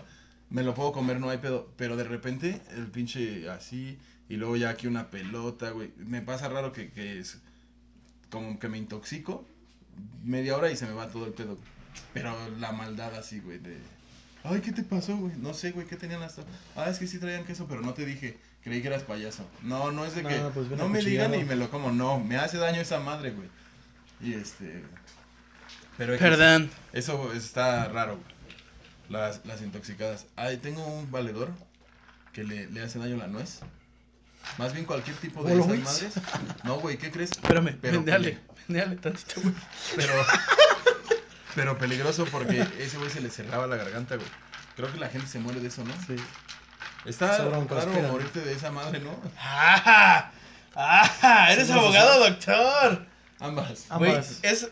Me lo puedo comer, no hay pedo. Pero de repente, el pinche así, y luego ya aquí una pelota, güey. Me pasa raro que, que es como que me intoxico media hora y se me va todo el pedo. Pero la maldad así, güey, de... Ay, ¿qué te pasó, güey? No sé, güey, ¿qué tenían hasta...? Ah, es que sí traían queso, pero no te dije. Creí que eras payaso. No, no es de No, que... pues, vete no me digan acuchillado. y me lo como. No, me hace daño esa madre, güey. Y este... Pero... X. Perdón. Eso está raro, güey. Las, las intoxicadas. Ay, tengo un valedor que le, le hace daño la nuez. Más bien cualquier tipo de ¿Hola, esas güey? madres. No, güey, ¿qué crees? Espérame, Pero- *laughs* vendeale. Vendeale tantito, güey. Pero, pero peligroso porque ese güey se le cerraba la garganta, güey. Creo que la gente se muere de eso, ¿no? Sí. Está Se raro broncoaspiran. morirte de esa madre, ¿no? ¡Ajá! ¡Ajá! ¡Eres Sí, abogado, doctor! Ambas. Ah, Güey, Ambas. es.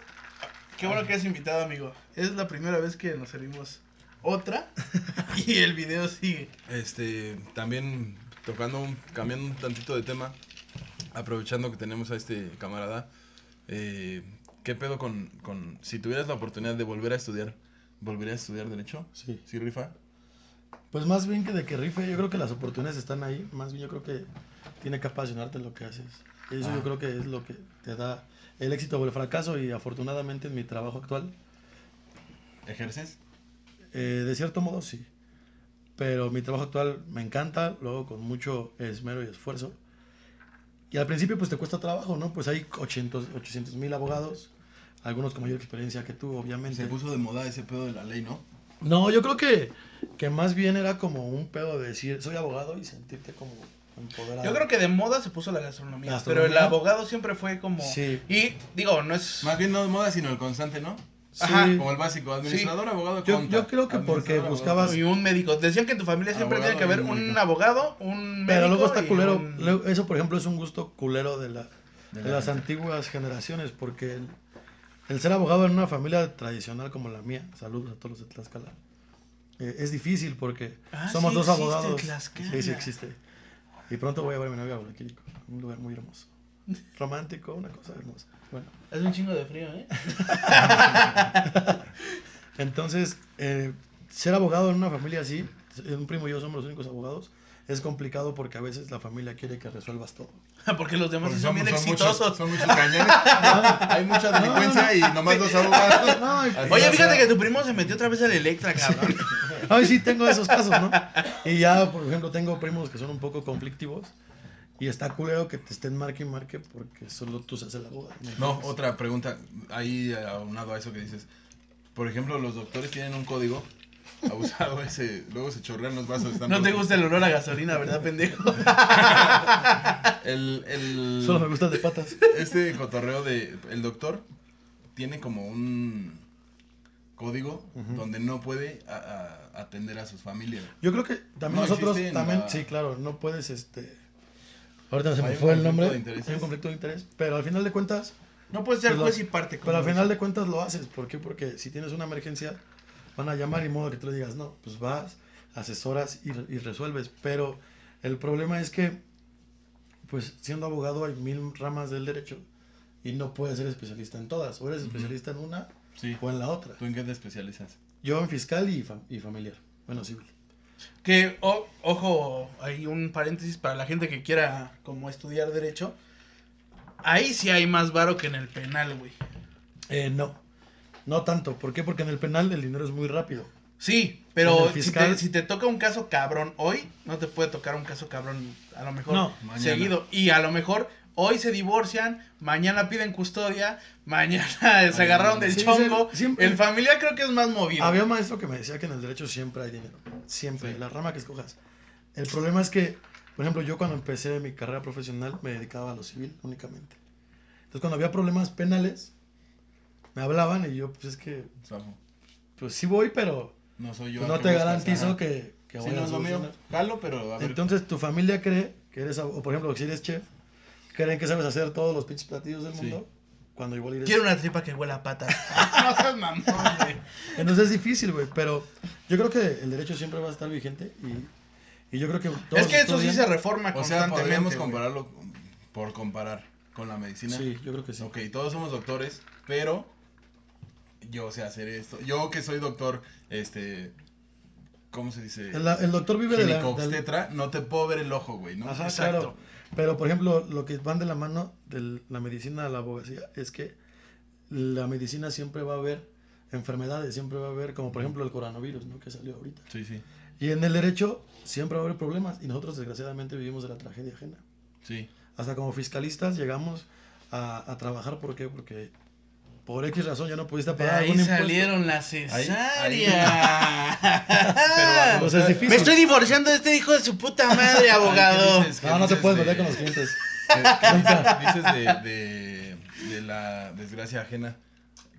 Qué Ah. bueno que eres invitado, amigo. Es la primera vez que nos servimos otra *laughs* y el video sigue. Este, también tocando, un- cambiando un tantito de tema, aprovechando que tenemos a este camarada, eh, ¿qué pedo con, con, si tuvieras la oportunidad de volver a estudiar, ¿volverías a estudiar Derecho? Sí. ¿Sí, Rifa? Pues más bien que de que rife, yo creo que las oportunidades están ahí. Más bien yo creo que tiene que apasionarte lo que haces. Eso Ah. yo creo que es lo que te da el éxito o el fracaso. Y afortunadamente en mi trabajo actual, ¿Ejerces? eh, de cierto modo sí. Pero mi trabajo actual me encanta, lo hago con mucho esmero y esfuerzo. Y al principio pues te cuesta trabajo, ¿no? Pues hay 800 mil abogados, algunos con mayor experiencia que tú, obviamente. Se puso de moda ese pedo de la ley, ¿no? No, yo creo que, que más bien era como un pedo de decir, soy abogado y sentirte como empoderado. Yo creo que de moda se puso la gastronomía, Gastronomía. pero el abogado siempre fue como... Sí. Y digo, no es... Más bien no de moda, sino el constante, ¿no? Sí. Ajá. Como el básico, administrador, abogado, Yo- conta. yo creo que porque Administrador, abogado, buscabas- conta. Y un médico. Decían que en tu familia siempre Abogado tiene que haber y un médico. abogado, un médico... Pero luego está y culero. un- luego- Eso, por ejemplo, es un gusto culero de, la, De de la las gente. antiguas generaciones, porque el, el ser abogado en una familia tradicional como la mía, saludos a todos los de Tlaxcala, eh, es difícil porque Ah, somos sí dos existe abogados. Tlaxcala. Sí, sí existe. Y pronto voy a ver a mi novia a Guadalquirico, un lugar *laughs* muy hermoso. Romántico, una cosa hermosa. Bueno. Es un chingo de frío, ¿eh? Entonces, eh, ser abogado en una familia así, un primo y yo somos los únicos abogados, es complicado porque a veces la familia quiere que resuelvas todo. *laughs* Porque los demás Porque sí son bien somos- son muchos- exitosos. son muchos cañones. *laughs* Hay mucha delincuencia y nomás dos abogados. No, y- Así Oye, es. fíjate que tu primo se metió otra vez al Electra, cabrón. Ay, sí, tengo esos casos, ¿no? Y ya, por ejemplo, tengo primos que son un poco conflictivos y está culero que te estén marque y marque porque solo tú seas el abogado. ¿me No, entiendes? otra pregunta, ahí eh, aunado a eso que dices. Por ejemplo, los doctores tienen un código *laughs* Abusado ese. Luego se chorrean los vasos. están No te rotos. gusta el olor a gasolina, ¿verdad, pendejo? El, el, *laughs* *laughs* Solo me gustan de patas. Este cotorreo de. El doctor tiene como un código Ujú. donde no puede a- a- atender a sus familias. Yo creo que también No nosotros, existe en también, la- sí, claro, no puedes, este... Ahorita se Hay me un fue el conflicto nombre. de intereses. Hay un conflicto de interés. Pero al final de cuentas, No puedes ser Pero- juez y parte. como Pues pero al dicen. final de cuentas lo haces. ¿Por qué? Porque si tienes una emergencia, van a llamar y modo que tú le digas, no, pues vas, asesoras y, re- y resuelves. Pero el problema es que, pues siendo abogado hay mil ramas del derecho y no puedes ser especialista en todas. O eres Ujú. especialista en una Sí. o en la otra. ¿Tú en qué te especializas? Yo en fiscal y, fam- y familiar. Bueno, civil. Que, o- ojo, hay un paréntesis para la gente que quiera como estudiar derecho. Ahí sí hay más varo que en el penal, güey. Eh, no. No tanto. ¿Por qué? Porque en el penal el dinero es muy rápido. Sí, En pero el si, fiscal- te, si te toca un caso cabrón hoy, no te puede tocar un caso cabrón a lo mejor No, mañana. seguido. Y a lo mejor hoy se divorcian, mañana piden custodia, mañana *laughs* se agarraron del Sí, sí, chongo. siempre- El familiar creo que es más movido. Había un maestro que me decía que en el derecho siempre hay dinero. Siempre, Sí. la rama que escojas. El problema es que, por ejemplo, yo cuando empecé mi carrera profesional me dedicaba a lo civil únicamente. Entonces, cuando había problemas penales, me hablaban y yo, pues es que, Sapo. pues sí voy, pero No soy yo. pues, no ¿a qué te buscas? garantizo Ajá. que, que Sí, voy no a es lo mío. solucionar. Jalo, pero a ver. Entonces, tu familia cree que eres, ab- o por ejemplo, si eres chef, creen que sabes hacer todos los pinches platillos del Sí. mundo. Cuando igual eres Quiero una tripa que huela a *laughs* pata. *laughs* no seas mamón, güey. Entonces es difícil, güey, pero yo creo que el derecho siempre va a estar vigente y, y yo creo que... todos Es que eso sí estudian- se reforma o sea, constantemente. podríamos güey. compararlo con- por comparar con la medicina. Sí, yo creo que sí. Ok, todos somos doctores, pero yo sé hacer esto. Yo que soy doctor, este. ¿Cómo se dice? El, el doctor vive de la... del- Ginecobstetra, no te puedo ver el ojo, güey, ¿no? Ajá, Exacto. claro. Pero, por ejemplo, lo que van de la mano de la medicina a la abogacía es que la medicina siempre va a haber enfermedades, siempre va a haber, como por ejemplo el coronavirus, ¿no? Que salió ahorita. Sí, sí. Y en el derecho siempre va a haber problemas y nosotros desgraciadamente vivimos de la tragedia ajena. Sí. hasta como fiscalistas llegamos a, a trabajar. ¿Por qué? Porque por X razón ya no pudiste De pagar ahí algún impuesto. salieron las cesáreas. Pero, Pues es difícil. Me estoy divorciando de este hijo de su puta madre, abogado. No, no te puedes meter con los clientes. *laughs* *laughs* Dices de, de, de la desgracia ajena.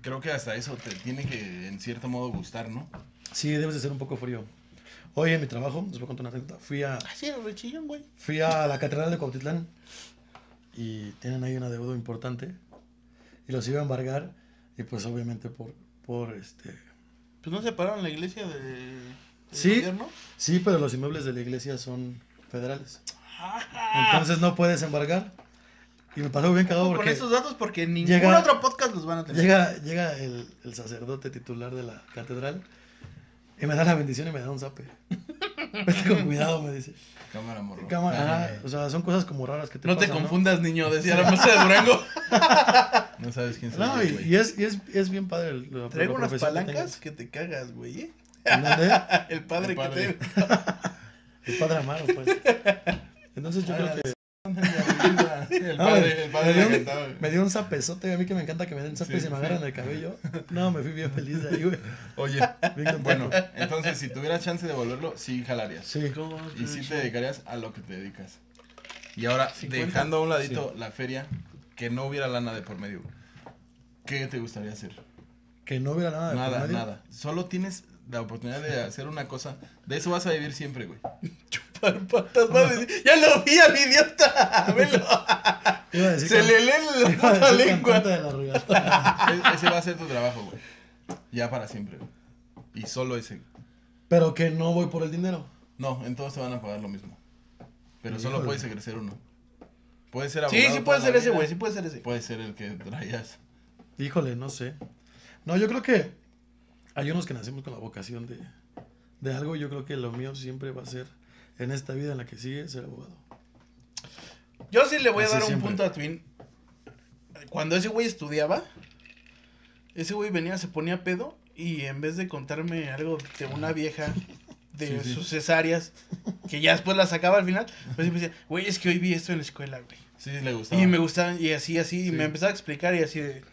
Creo que hasta eso te tiene que, en cierto modo, gustar, ¿no? Sí, debes de ser un poco frío. Hoy en mi trabajo, les voy a contar una anécdota, fui a, Así era rechillón, güey. fui a la Catedral de Cuautitlán y tienen ahí un adeudo importante y los iba a embargar y pues obviamente por, por este... Pues no separaron la iglesia de. del Sí. gobierno. Sí, pero los inmuebles de la iglesia son federales. Ajá. Entonces no puedes embargar. Y me pasó bien cagado Ojo con porque... estos datos porque ningún llega- otro podcast los van a tener. Llega, llega el, el sacerdote titular de la catedral y me da la bendición y me da un zape. *laughs* Vete con cuidado, me dice. Cámara morro. Cámara, Ay, ajá, o sea, son cosas como raras que te no te pasan, confundas, niño, decía la masa de Durango. No sabes quién soy. No, yo, y, güey. y es, y es, es bien padre. el- la- *laughs* la Traigo unas profesión que palancas que te cagas, güey. ¿eh? tengas. ¿En dónde? El padre, El padre. que *laughs* te. El padre Amaro, pues. Entonces Ah, yo creo que... *laughs* El padre, el padre me, le dio cantaba. un, me dio un zapezote, a mí que me encanta que me den zapes Sí. y me agarran el cabello. No, me fui bien feliz de ahí, güey. Oye, Bien contento. bueno, entonces si tuvieras chance de volverlo, sí jalarías. Sí. Y si te dedicarías a lo que te dedicas. Y ahora, 50. dejando a un ladito la feria, que no hubiera lana de por medio. ¿Qué te gustaría hacer? Que no hubiera nada de por Nada, medio. nada. Solo tienes la oportunidad de hacer una cosa. De eso vas a vivir siempre, güey. *laughs* Chupar patas, va a decir, Ya lo vi al *laughs* idiota. Velo. *laughs* Iba a decir Se que- le lee la *laughs* iba a puta decir lengua. cantante de la regata. E- ese va a ser tu trabajo, güey. Ya para siempre, güey. Y solo ese. Pero que no voy por el dinero. No, en todos te van a pagar lo mismo. Pero solo Híjole. puedes ejercer uno. Puede ser Sí, sí abogado puede toda ser la ese, vida, güey, sí puede ser ese. Puede ser el que traías. Híjole, no sé. No, yo creo que hay unos que nacemos con la vocación de, de algo. y Yo creo que lo mío siempre va a ser, en esta vida en la que sigue, ser abogado. Yo sí le voy a Así dar un siempre. punto a Twin. Cuando ese güey estudiaba, ese güey venía, se ponía pedo y en vez de contarme algo de una vieja de Sí, sí. sus cesáreas, que ya después la sacaba al final, pues siempre decía, güey, es que hoy vi esto en la escuela, güey. Sí, le gustaba. Y me gustaban, y así, así, y Sí. me empezaba a explicar y así de...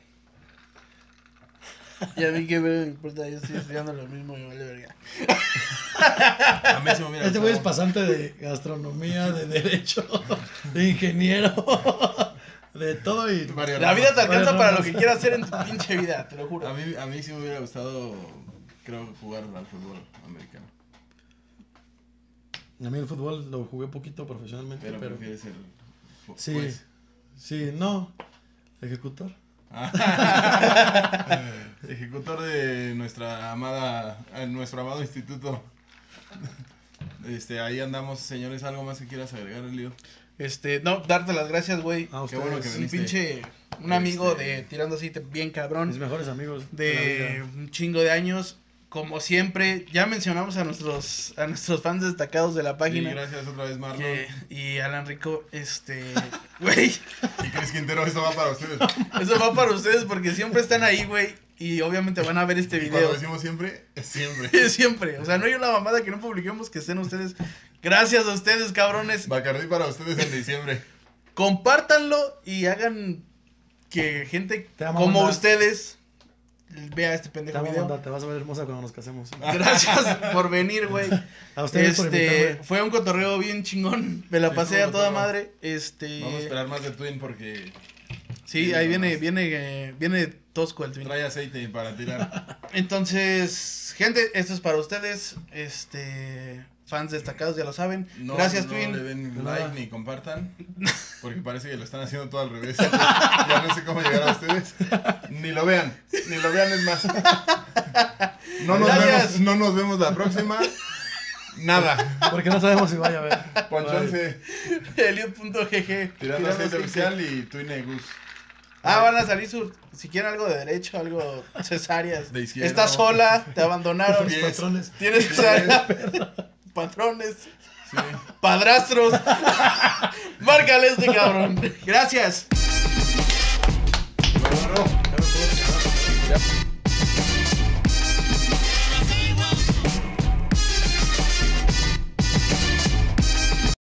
Y a mí qué verga me importa, yo estoy estudiando lo mismo y me vale verga. A mí se *laughs* me hubiera Este güey es gustado. pasante de *laughs* gastronomía, de derecho, de ingeniero, *laughs* de todo y... Mario La vida te Bueno, alcanza no, para no. lo que quieras hacer en tu pinche vida, te lo A juro. mí, a mí sí me hubiera gustado, creo, jugar al fútbol americano. A mí el fútbol lo jugué poquito profesionalmente, Pero, pero... prefieres el fu- *laughs* Sí, juez. *laughs* sí, no, ejecutor. Ejecutor de nuestra amada, eh, nuestro amado instituto. *laughs* Este, ahí andamos, señores. ¿Algo más que quieras agregar, Lío? Este, no, darte las gracias, güey. A Qué bueno ustedes, que un viniste. pinche, un amigo Ah, Este- de tirando así te- bien cabrón. mis mejores amigos la de vida. un chingo de años. Como siempre, ya mencionamos a nuestros, a nuestros fans destacados de la Y página. gracias otra vez, Marlon. que- y Alan Rico, este, *laughs* güey, Y Cris Quintero, esto va para *laughs* ustedes. eso va para ustedes porque siempre están ahí, güey. Y obviamente van a ver este Y *laughs* cuando video. decimos siempre, *laughs* es siempre. Siempre, o sea, no hay una mamada que no publiquemos que estén ustedes. Gracias a ustedes, cabrones. Bacardí para ustedes en diciembre. Compártanlo y hagan que gente Te amo, como banda. ustedes vea este Te pendejo amo, video. banda, te vas a ver hermosa cuando nos casemos. *laughs* Ah, Gracias por venir, güey. A ustedes por Este, invitarme. fue un cotorreo bien chingón. Me la Sí, pasé fue a un toda cotorreo. madre. Este, Vamos a esperar más de Twin porque sí, ahí viene, viene, eh, viene tosco el twin. trae aceite para tirar. Entonces, gente, esto es para ustedes. Este, fans destacados ya lo saben. No, Gracias, *laughs* no twin. le den Nada. like ni *laughs* compartan porque parece que lo están haciendo todo al revés. *laughs* ya no sé cómo llegar a ustedes. Ni lo vean, ni lo vean es más. No nos, Gracias. vemos, no nos vemos la próxima. Nada. Porque no sabemos si vaya a ver. Bye. Ponchonce Elio.gg. tirando aceite Tirando oficial y Twin Gus. Ah, van a salir sus, si quieren algo de derecho, algo cesáreas. De izquierda. Estás sola, te abandonaron. Mis Yes. patrones. Tienes que ser patrones, Sí. padrastros. *laughs* Márcale este cabrón. Gracias. Bueno, no. Ya.